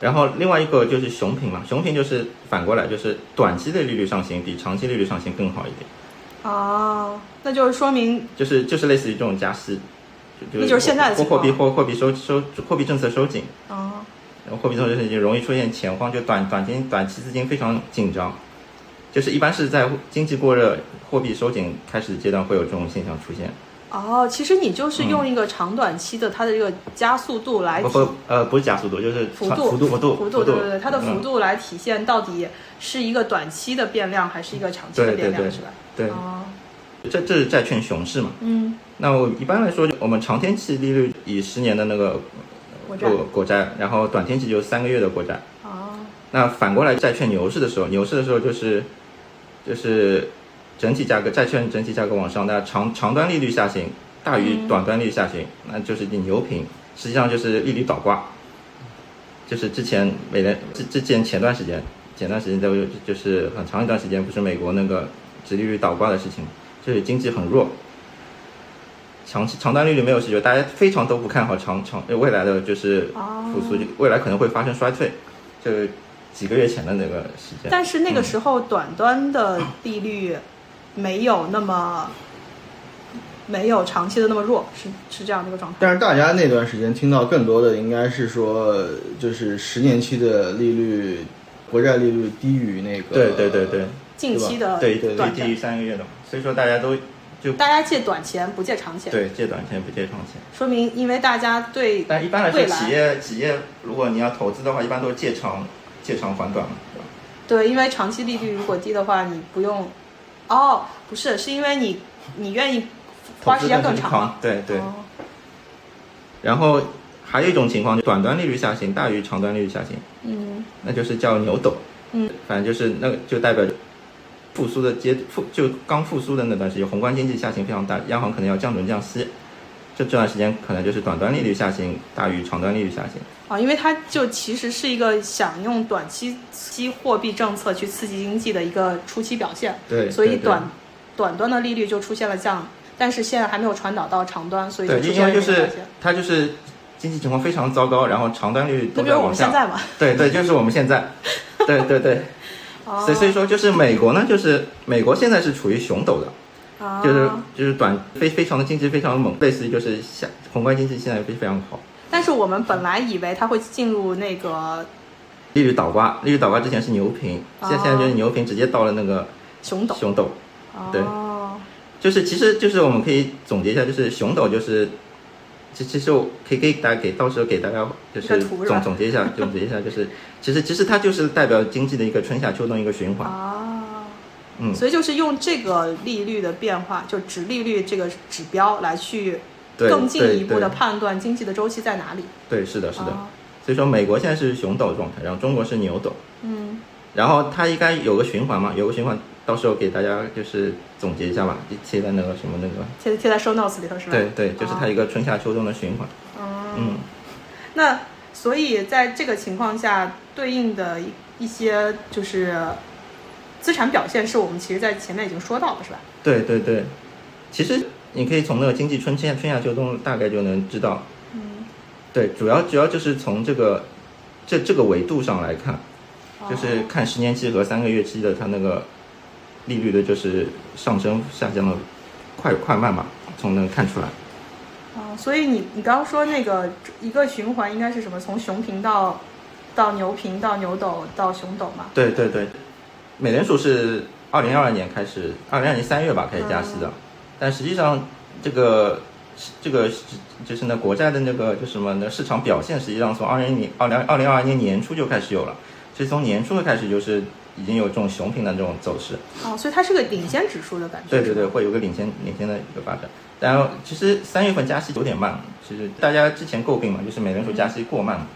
Speaker 3: 然后另外一个就是熊平嘛，熊平就是反过来，就是短期的利率上行比长期利率上行更好一点，
Speaker 1: 啊，那就是说明
Speaker 3: 就是就是类似于这种加息，就
Speaker 1: 那就是现在的
Speaker 3: 货
Speaker 1: 情况
Speaker 3: 货币货货币收收货币政策收紧，
Speaker 1: 啊，
Speaker 3: 然后货币政策就是就容易出现钱荒，就短短期短期资金非常紧张，就是一般是在经济过热、货币收紧开始阶段会有这种现象出现，
Speaker 1: 哦，其实你就是用一个长短期的它的这个加速度来
Speaker 3: 嗯不
Speaker 1: 体
Speaker 3: 不呃不是加速度，就是
Speaker 1: 幅
Speaker 3: 长
Speaker 1: 度
Speaker 3: 幅度幅度
Speaker 1: 幅
Speaker 3: 度
Speaker 1: 度，对对对，它的幅
Speaker 3: 嗯
Speaker 1: 度来体现到底是一个短期的变量还是一个长期的
Speaker 3: 对
Speaker 1: 变
Speaker 3: 对
Speaker 1: 量，
Speaker 3: 对
Speaker 1: 是吧？
Speaker 3: 对，
Speaker 1: 哦，
Speaker 3: 这这是债券熊市嘛？
Speaker 1: 嗯，
Speaker 3: 那我一般来说，我们长天期利率以十年的那个
Speaker 1: 我这
Speaker 3: 国国债，然后短天期就是三个月的国债。
Speaker 1: 啊，
Speaker 3: 那反过来，债券牛市的时候，牛市的时候就是就是整体价格，债券整体价格往上，那长长端利率下行大于短端利率下行，那就是你牛平，实际上就是利率倒挂，就是之前美联之之前前段时间前段时间都有就是很长一段时间不是美国那个殖利率倒挂的事情，就是经济很弱。长期长端利率没有需求，大家非常都不看好长长未来的就是
Speaker 1: 哦
Speaker 3: 复苏，就未来可能会发生衰退，就是几个月前的那个时间。
Speaker 1: 但是那个时候短端的利率没有那么没有长期的那么弱，是是这样的一个状态。
Speaker 2: 但是大家那段时间听到更多的应该是说，就是十年期的利率，国债利率低于那个，
Speaker 3: 对对对对，
Speaker 1: 近期的
Speaker 3: 对
Speaker 2: 对
Speaker 1: 呃短
Speaker 3: 低于
Speaker 1: 债，
Speaker 3: 三个月的嘛，所以说大家都就
Speaker 1: 大家借短钱不借长钱，
Speaker 3: 对哎借短钱不借长钱。
Speaker 1: 说明因为大家对
Speaker 3: 但一般来说，
Speaker 1: 未来
Speaker 3: 企业企业如果你要投资的话，一般都是借长借长还短嘛，对吧？
Speaker 1: 对，因为长期利率如果低的话，你不用哦，不是，是因为你你愿意花时间更长嘛。
Speaker 3: 对对。
Speaker 1: 哦
Speaker 3: 然后还有一种情况，就短端利率下行大于长端利率下行，
Speaker 1: 嗯
Speaker 3: 那就是叫牛斗。
Speaker 1: 嗯，
Speaker 3: 反正就是那个就代表复苏的阶复就刚复苏的那段时间，宏观经济下行非常大，央行可能要降准降息。这这段时间可能就是短端利率下行大于长端利率下行，
Speaker 1: 啊，因为它就其实是一个想用短期期货币政策去刺激经济的一个初期表现，
Speaker 3: 对
Speaker 1: 所以
Speaker 3: 对对
Speaker 1: 短短端的利率就出现了降但是现在还没有传导到长端，所以
Speaker 3: 对，
Speaker 1: 出
Speaker 3: 因
Speaker 1: 现
Speaker 3: 为
Speaker 1: 了
Speaker 3: 就
Speaker 1: 这个
Speaker 3: 是
Speaker 1: 下限
Speaker 3: 它就是经济情况非常糟糕，然后长端率
Speaker 1: 那
Speaker 3: 都
Speaker 1: 比如我
Speaker 3: 往
Speaker 1: 们现
Speaker 3: 下。
Speaker 1: 在嘛，
Speaker 3: 对对，就是我们现 在，对对对，
Speaker 1: 哦
Speaker 3: 所以所以说就是美国呢，就是美国现在是处于熊陡的，
Speaker 1: 啊
Speaker 3: 就是就是短非非常的经济非常的猛，类似于就是下宏观经济现在非非常好，
Speaker 1: 但是我们本来以为它会进入那个
Speaker 3: 利率倒挂，利率倒挂之前是牛平，现在
Speaker 1: 哦
Speaker 3: 现在就是牛平直接到了那个
Speaker 1: 熊斗，
Speaker 3: 熊陡，对
Speaker 1: 哦，
Speaker 3: 就是其实就是我们可以总结一下，就是熊陡就是。其其实我可以给大家给到时候给大家就
Speaker 1: 一个
Speaker 3: 是
Speaker 1: 图是吧
Speaker 3: 总总结一下，总结一下就是，其实其实它就是代表经济的一个春夏秋冬一个循环。
Speaker 1: 啊，
Speaker 3: 嗯
Speaker 1: 所以就是用这个利率的变化，就指利率这个指标来去
Speaker 3: 对
Speaker 1: 更进一
Speaker 3: 对
Speaker 1: 步的判断经济的周期在哪里。
Speaker 3: 对，是的，是的。
Speaker 1: 啊
Speaker 3: 所以说美国现在是熊斗状态，然后中国是牛斗，
Speaker 1: 嗯，
Speaker 3: 然后它应该有个循环嘛，有个循环，到时候给大家就是总结一下吧，就贴在那个什么那个，
Speaker 1: 贴贴在 show notes 里头是吧？
Speaker 3: 对对，
Speaker 1: 哦
Speaker 3: 就是它一个春夏秋冬的循环。嗯，
Speaker 1: 那所以在这个情况下，对应的一一些就是资产表现，是我们其实在前面已经说到了，是吧？
Speaker 3: 对对对，其实你可以从那个经济春夏春夏秋冬大概就能知道，
Speaker 1: 嗯，
Speaker 3: 对，主要主要就是从这个这这个维度上来看，就是
Speaker 1: 哦
Speaker 3: 看十年期和三个月期的它那个利率的，就是上升下降的快快慢嘛，从能看出来。
Speaker 1: 哦，所以你你刚刚说那个一个循环应该是什么？从熊平到到牛平到牛斗到熊斗嘛？
Speaker 3: 对对对，美联储是二零二二年开始，二零二年三月吧开始加息的，但实际上这个这个就是那国债的那个就是什么那市场表现，实际上从二零年二零二零二二年年初就开始有了，所以从年初开始就是已经有这种熊平的这种走势。
Speaker 1: 哦，所以它是个领先指数的感觉。
Speaker 3: 对对对，会有个领先领先的一个发展。然后其实三月份加息有点慢，其实大家之前诟病嘛，就是美联储加息过慢嘛。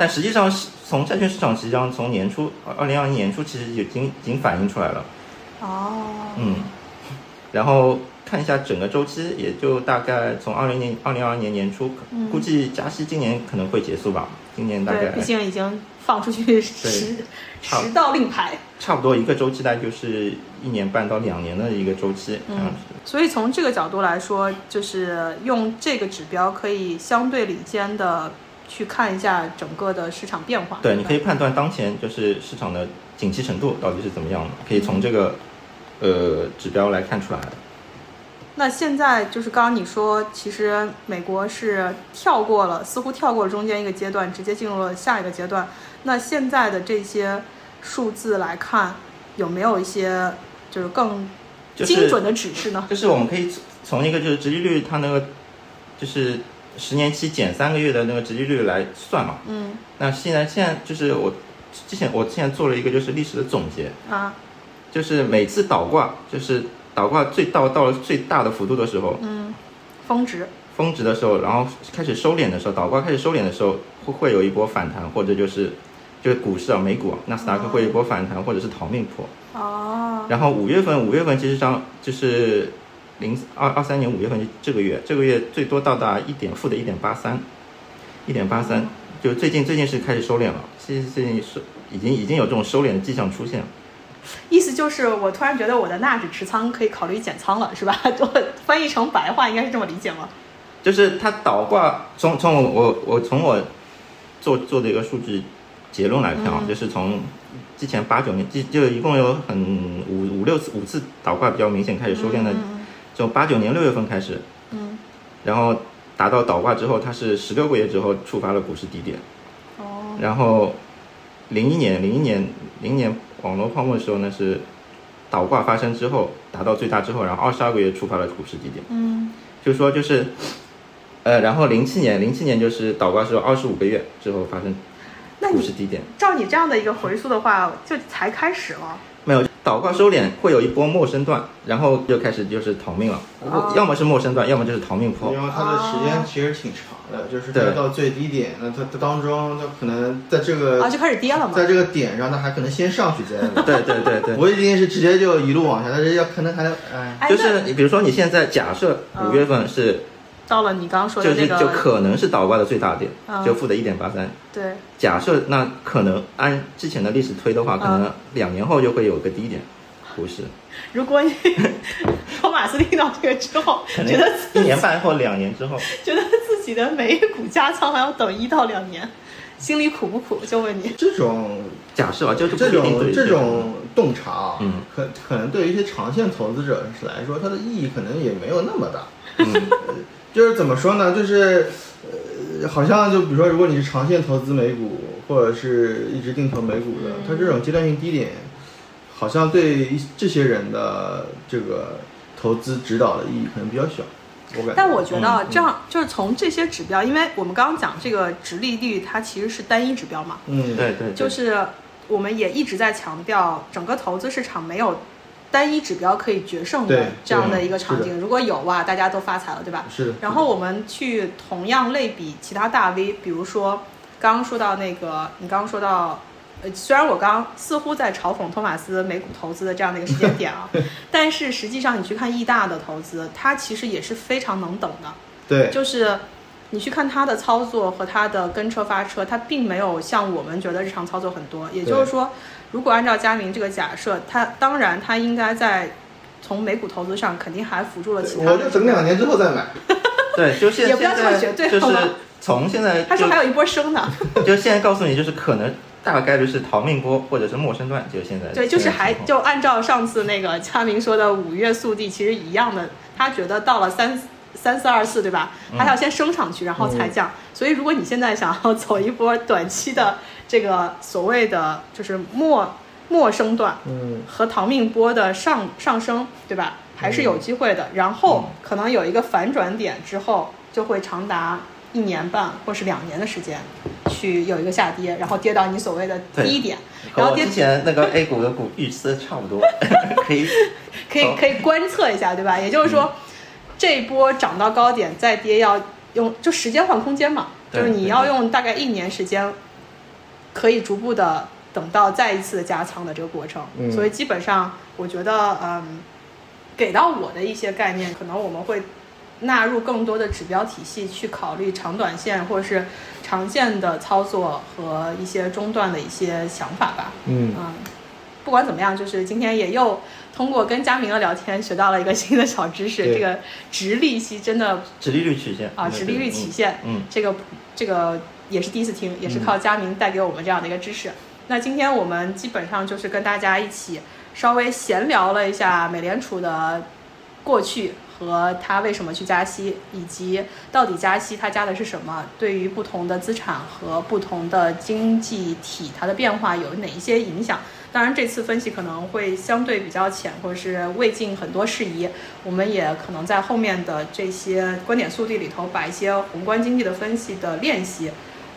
Speaker 3: 但实际上是从债券市场，实际上从年初二零二零年初其实已经已经反映出来了，
Speaker 1: 哦，
Speaker 3: 嗯。然后看一下整个周期，也就大概从二零年二零二二年年初，
Speaker 1: 嗯
Speaker 3: 估计加息今年可能会结束吧，今年大
Speaker 1: 对，
Speaker 3: 概
Speaker 1: 毕竟已经放出去十
Speaker 3: 差不
Speaker 1: 十道令牌。
Speaker 3: 差不多一个周期，大概就是一年半到两年的一个周期，
Speaker 1: 嗯
Speaker 3: 这样子。
Speaker 1: 所以从这个角度来说，就是用这个指标可以相对领先的去看一下整个的市场变化。
Speaker 3: 对，你可以判断当前就是市场的景气程度到底是怎么样的，可以从这个呃指标来看出来的。
Speaker 1: 那现在就是刚刚你说，其实美国是跳过了，似乎跳过了中间一个阶段，直接进入了下一个阶段。那现在的这些数字来看，有没有一些就是更
Speaker 3: 就是
Speaker 1: 精准的指示呢？
Speaker 3: 就是我们可以从从一个就是直利率它那个就是十年期减三个月的那个直利率来算嘛。
Speaker 1: 嗯
Speaker 3: 那现在现在就是我之前我之前做了一个就是历史的总结，
Speaker 1: 啊，
Speaker 3: 就是每次倒挂就是倒挂最到到了最大的幅度的时候，
Speaker 1: 嗯，峰值
Speaker 3: 峰值的时候，然后开始收敛的时候，倒挂开始收敛的时候，会会有一波反弹，或者就是就是股市啊，美股啊，纳斯达克会有一波反弹，或者是逃命坡。
Speaker 1: 哦，
Speaker 3: 然后五月份，五月份其实上就是零二二三年五月份就这个月，这个月最多到达一点负的一点八三，一点八三，就最近最近是开始收敛了，最近最近是已经已经有这种收敛的迹象出现了。
Speaker 1: 意思就是我突然觉得我的纳指持仓可以考虑减仓了，是吧？ 我翻译成白话应该是这么理解吗？
Speaker 3: 就是它倒挂，从从我我我从我做做的一个数据结论来看啊，就是从之前八九年，就就一共有很五五六次五次倒挂比较明显开始收敛的，从八九年六月份开始，
Speaker 1: 嗯，
Speaker 3: 然后达到倒挂之后，它是十六个月之后触发了股市低点，
Speaker 1: 哦，
Speaker 3: 然后零一年零一年零一年网络泡沫的时候呢是倒挂发生之后达到最大之后，然后二十二个月触发了股市低点。
Speaker 1: 嗯
Speaker 3: 就说就是，呃，然后零七年，零七年就是倒挂之后二十五个月之后发生
Speaker 1: 那
Speaker 3: 股市
Speaker 1: 你
Speaker 3: 低点，
Speaker 1: 照你这样的一个回溯的话，就才开始了。
Speaker 3: 没有倒挂收敛会有一波陌生段，然后就开始就是逃命了，
Speaker 1: 哦
Speaker 3: 要么是陌生段，要么就是逃命坡。
Speaker 2: 因为它的时间其实挺长
Speaker 3: 啊
Speaker 2: 的，就是它
Speaker 3: 对
Speaker 2: 到最低点，那它它当中它可能在这
Speaker 1: 啊，
Speaker 2: 个
Speaker 1: 就开始跌了嘛
Speaker 2: 在。这个点上，它还可能先上去再 落。
Speaker 3: 对对对对，
Speaker 2: 不一定是直接就一路往下，它是要可能还哎，
Speaker 1: 哎，
Speaker 3: 就
Speaker 1: 那
Speaker 3: 是你比如说你现在假设
Speaker 1: 嗯
Speaker 3: 五月份是、
Speaker 1: 到了你刚刚说
Speaker 3: 就
Speaker 1: 的那
Speaker 3: 是
Speaker 1: 个，
Speaker 3: 就可能是倒挂的最大点，
Speaker 1: 嗯
Speaker 3: 就负的一点八三。
Speaker 1: 对，嗯
Speaker 3: 假设那可能按之前的历史推的话，可能两年后就会有个低点，图示，
Speaker 1: 如果你 托马斯听到这个之后，
Speaker 3: 可能
Speaker 1: 觉得自
Speaker 3: 一年半或两年之后，
Speaker 1: 觉得自己的每一股加仓还要等一到两年，心里苦不苦？就问你，
Speaker 2: 这种
Speaker 3: 假设啊，就是不
Speaker 2: 这
Speaker 3: 一定
Speaker 2: 种
Speaker 3: 对
Speaker 2: 这种洞察啊，
Speaker 3: 嗯
Speaker 2: 可可能对于一些长线投资者来说，它的意义可能也没有那么大。
Speaker 3: 嗯
Speaker 2: 呃就是怎么说呢？就是呃，好像就比如说，如果你是长线投资美股，或者是一直定投美股
Speaker 1: 嗯
Speaker 2: 的，它这种阶段性低点，好像对一这些人的这个投资指导的意义可能比较小。我感觉，
Speaker 1: 但我觉得啊
Speaker 2: 嗯
Speaker 1: 这样就是从这些指标，因为我们刚刚讲这个直利率，它其实是单一指标嘛，
Speaker 2: 嗯，
Speaker 3: 对对，对
Speaker 1: 就是我们也一直在强调，整个投资市场没有单一指标可以决胜
Speaker 2: 对
Speaker 1: 的这样的一个
Speaker 2: 对
Speaker 1: 场
Speaker 2: 是
Speaker 1: 景。如果有啊哇，大家都发财了，对吧？
Speaker 2: 是的。
Speaker 1: 然后我们去同样类比其他大 V，比如说刚刚说到那个，你刚刚说到，呃，虽然我刚似乎在嘲讽托马斯美股投资的这样的一个时间点 啊，但是实际上你去看易大的投资，它其实也是非常能等的。
Speaker 2: 对，
Speaker 1: 就是你去看他的操作和他的跟车发车，他并没有像我们觉得日常操作很多。也就是说，如果按照佳明这个假设，他当然他应该在从美股投资上肯定还辅助了其他
Speaker 2: 我就
Speaker 1: 的。
Speaker 2: 等两年之后再买。
Speaker 3: 对，就现
Speaker 1: 也
Speaker 3: 现
Speaker 1: 不要这么
Speaker 3: 在
Speaker 1: 绝对
Speaker 3: 就
Speaker 1: 好
Speaker 3: 是
Speaker 1: 吗
Speaker 3: 从现在
Speaker 1: 他
Speaker 3: 就
Speaker 1: 说还有一波升呢，
Speaker 3: 就现在告诉你，就是可能大概率是逃命波或者是陌生段，就现在
Speaker 1: 对，就是
Speaker 3: 现在
Speaker 1: 还
Speaker 3: 呃情况
Speaker 1: 就按照上次那个佳明说的五月速递，其实一样的，他觉得到了三。三四二四对吧？他
Speaker 3: 嗯
Speaker 1: 要先升上去，然后才降。所以，如果你现在想要走一波短期的这个所谓的就是末末升段，
Speaker 2: 嗯，
Speaker 1: 和逃命波的上上升，对吧？还是
Speaker 3: 嗯
Speaker 1: 有机会的。然后可能有一个反转点之后，就会长达一年半或是两年的时间，去有一个下跌，然后跌到你所谓的低点，然
Speaker 3: 和
Speaker 1: 后
Speaker 3: 我
Speaker 1: 跌
Speaker 3: 之前那个 A 股的股预测差不多， 可以
Speaker 1: 可
Speaker 3: 哦
Speaker 1: 以可以观测一下，对吧？也就是
Speaker 3: 嗯
Speaker 1: 说，这一波涨到高点再跌要用就时间换空间嘛，就
Speaker 3: 对
Speaker 1: 是你要用大概一年时间，可以逐步的等到再一次的加仓的这个过程。
Speaker 2: 嗯
Speaker 1: 所以基本上我觉得，嗯，给到我的一些概念，可能我们会纳入更多的指标体系去考虑长短线或者是长线的操作和一些中段的一些想法吧。
Speaker 2: 嗯
Speaker 1: 嗯，不管怎么样，就是今天也又通过跟佳明的聊天，学到了一个新的小知识。
Speaker 2: 对
Speaker 1: 这个直利息真的
Speaker 3: 直利率曲线
Speaker 1: 啊，直利率曲，线，
Speaker 3: 嗯嗯
Speaker 1: 这个这个也是第一次听，也是靠佳明带给我们这样的一个知识。那今天我们基本上就是跟大家一起稍微闲聊了一下美联储的过去和它为什么去加息，以及到底加息它加的是什么，对于不同的资产和不同的经济体它的变化有哪一些影响。当然，这次分析可能会相对比较浅，或者是未尽很多事宜。我们也可能在后面的这些观点速递里头，把一些宏观经济的分析的练习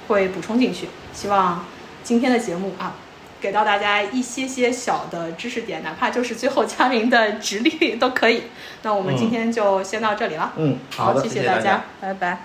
Speaker 1: 会补充进去。希望今天的节目啊，给到大家一些些小的知识点，哪怕就是最后佳明的直立都可以。那我们今天就先到这里了。
Speaker 2: 嗯，
Speaker 3: 好的
Speaker 1: 谢
Speaker 3: 谢谢
Speaker 1: 大
Speaker 3: 大家
Speaker 1: 拜拜。